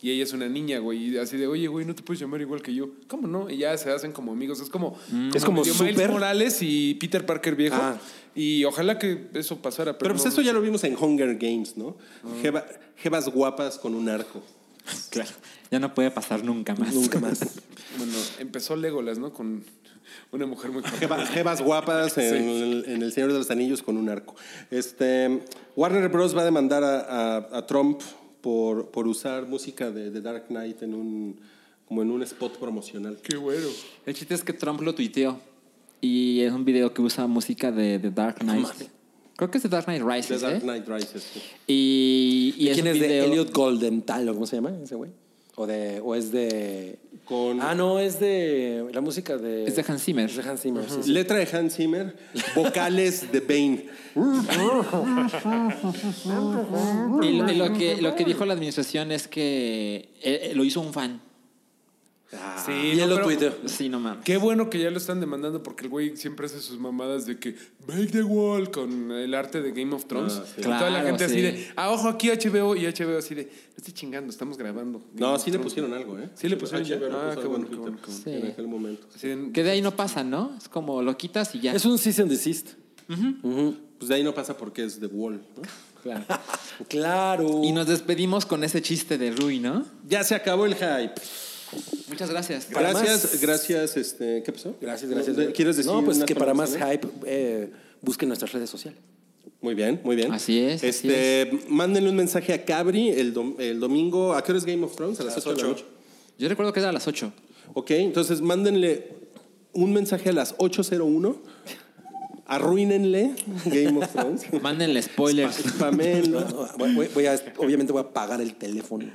Y ella es una niña, güey, y así de, oye, güey, no te puedes llamar igual que yo. ¿Cómo no? Y ya se hacen como amigos. Es como, Mm. Es como medio Miles súper. Morales y Peter Parker viejo. Ah. Y ojalá que eso pasara. Pero, Pero pues no- eso ya lo vimos en Hunger Games, ¿no? Jeva- jevas guapas con un arco. Claro. Ya no puede pasar nunca más. Nunca más. Bueno, empezó Legolas, ¿no? Con una mujer Ah. muy guapa. Jeva- jevas guapas en, el, en El Señor de los Anillos con un arco. Este, Warner Bros. va a demandar a, a- a Trump por, por usar música de, de Dark Knight en un, como en un spot promocional. Qué bueno. El chiste es que Trump lo tuiteó. Y es un video que usa música de The Dark Knight. Creo que es The Dark Knight The Rises, Dark ¿eh? Knight Rises. sí. Y, y es ¿Quién un es de video- Elliot Goldenthal o cómo se llama ese güey? O, de, o es de... Con- Ah, no, es de... La música de... Es de Hans Zimmer. Es de Hans Zimmer, sí, sí. Letra de Hans Zimmer, vocales de Bane. Y, lo- y lo, que, lo que dijo la administración es que eh, eh, lo hizo un fan. Sí, y no, él lo Ah, pero- tuiteó. Sí, no mames. Qué bueno que ya lo están demandando porque el güey siempre hace sus mamadas de que break the wall con el arte de Game of Thrones. Y toda la Claro, gente así sí. de, ah, ojo, aquí HBO y HBO así de, no estoy chingando, estamos grabando. Game No, of sí le Thrones". pusieron algo, ¿eh? Sí le pusieron ya. HBO Ah, puso qué algo en bueno, qué bueno, qué Twitter bueno. bueno. En Sí. aquel momento. Así de, Que de ahí no pasa, ¿no? Es como lo quitas y ya. Es un cease and desist. Pues de ahí no pasa porque es The Wall. ¿no? Claro. Claro. Y nos despedimos con ese chiste de Rui, ¿no? Ya se acabó el hype. Muchas gracias. Para gracias, más- gracias, este, ¿qué pasó? Gracias, gracias. ¿De- ¿Quieres decir No, pues unas que para más palabras, hype eh, busquen nuestras redes sociales. no? Muy bien, muy bien. Así es, así Este, mándenle un mensaje a Cabri el, dom- el domingo. ¿A qué hora es Game of Thrones? A las 8 de la noche. Yo recuerdo que era a las 8. Ok, entonces mándenle un mensaje a las 8.01. Arruínenle Game of Thrones. Mándenle spoilers. Spamenlo. Voy- voy- voy a- obviamente voy a pagar el teléfono.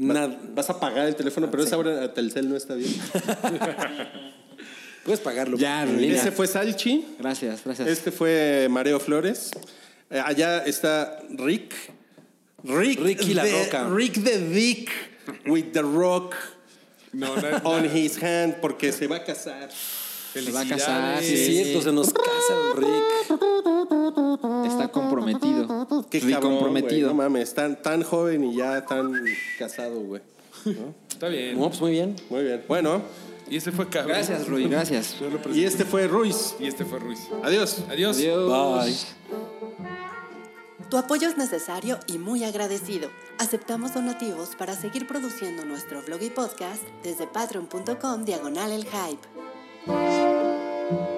Nada. Ah, Vas a pagar el teléfono, pero esa hora Telcel no está bien. Puedes pagarlo. Ya, en línea. Ese fue Salchi. Gracias, gracias. Este fue Mareo Flores. Eh, Allá está Rick. Rick. Ricky La the- Roca. Rick the Dick with the rock no, no, on his hand porque se va a casar. Se va a casar. Sí, es cierto, se nos casa el Rick. Está comprometido. Qué Rick cabrón, comprometido. güey. No mames, tan, tan joven y ya tan casado, güey. está bien. No, pues muy bien. Muy bien. Bueno, Y ese fue Cabrón. Gracias, Rui. Gracias. y este fue Ruiz. Y este fue Ruiz. Adiós. Adiós. Adiós. Bye. Tu apoyo es necesario y muy agradecido. Aceptamos donativos para seguir produciendo nuestro blog y podcast desde patreon.com diagonal el hype.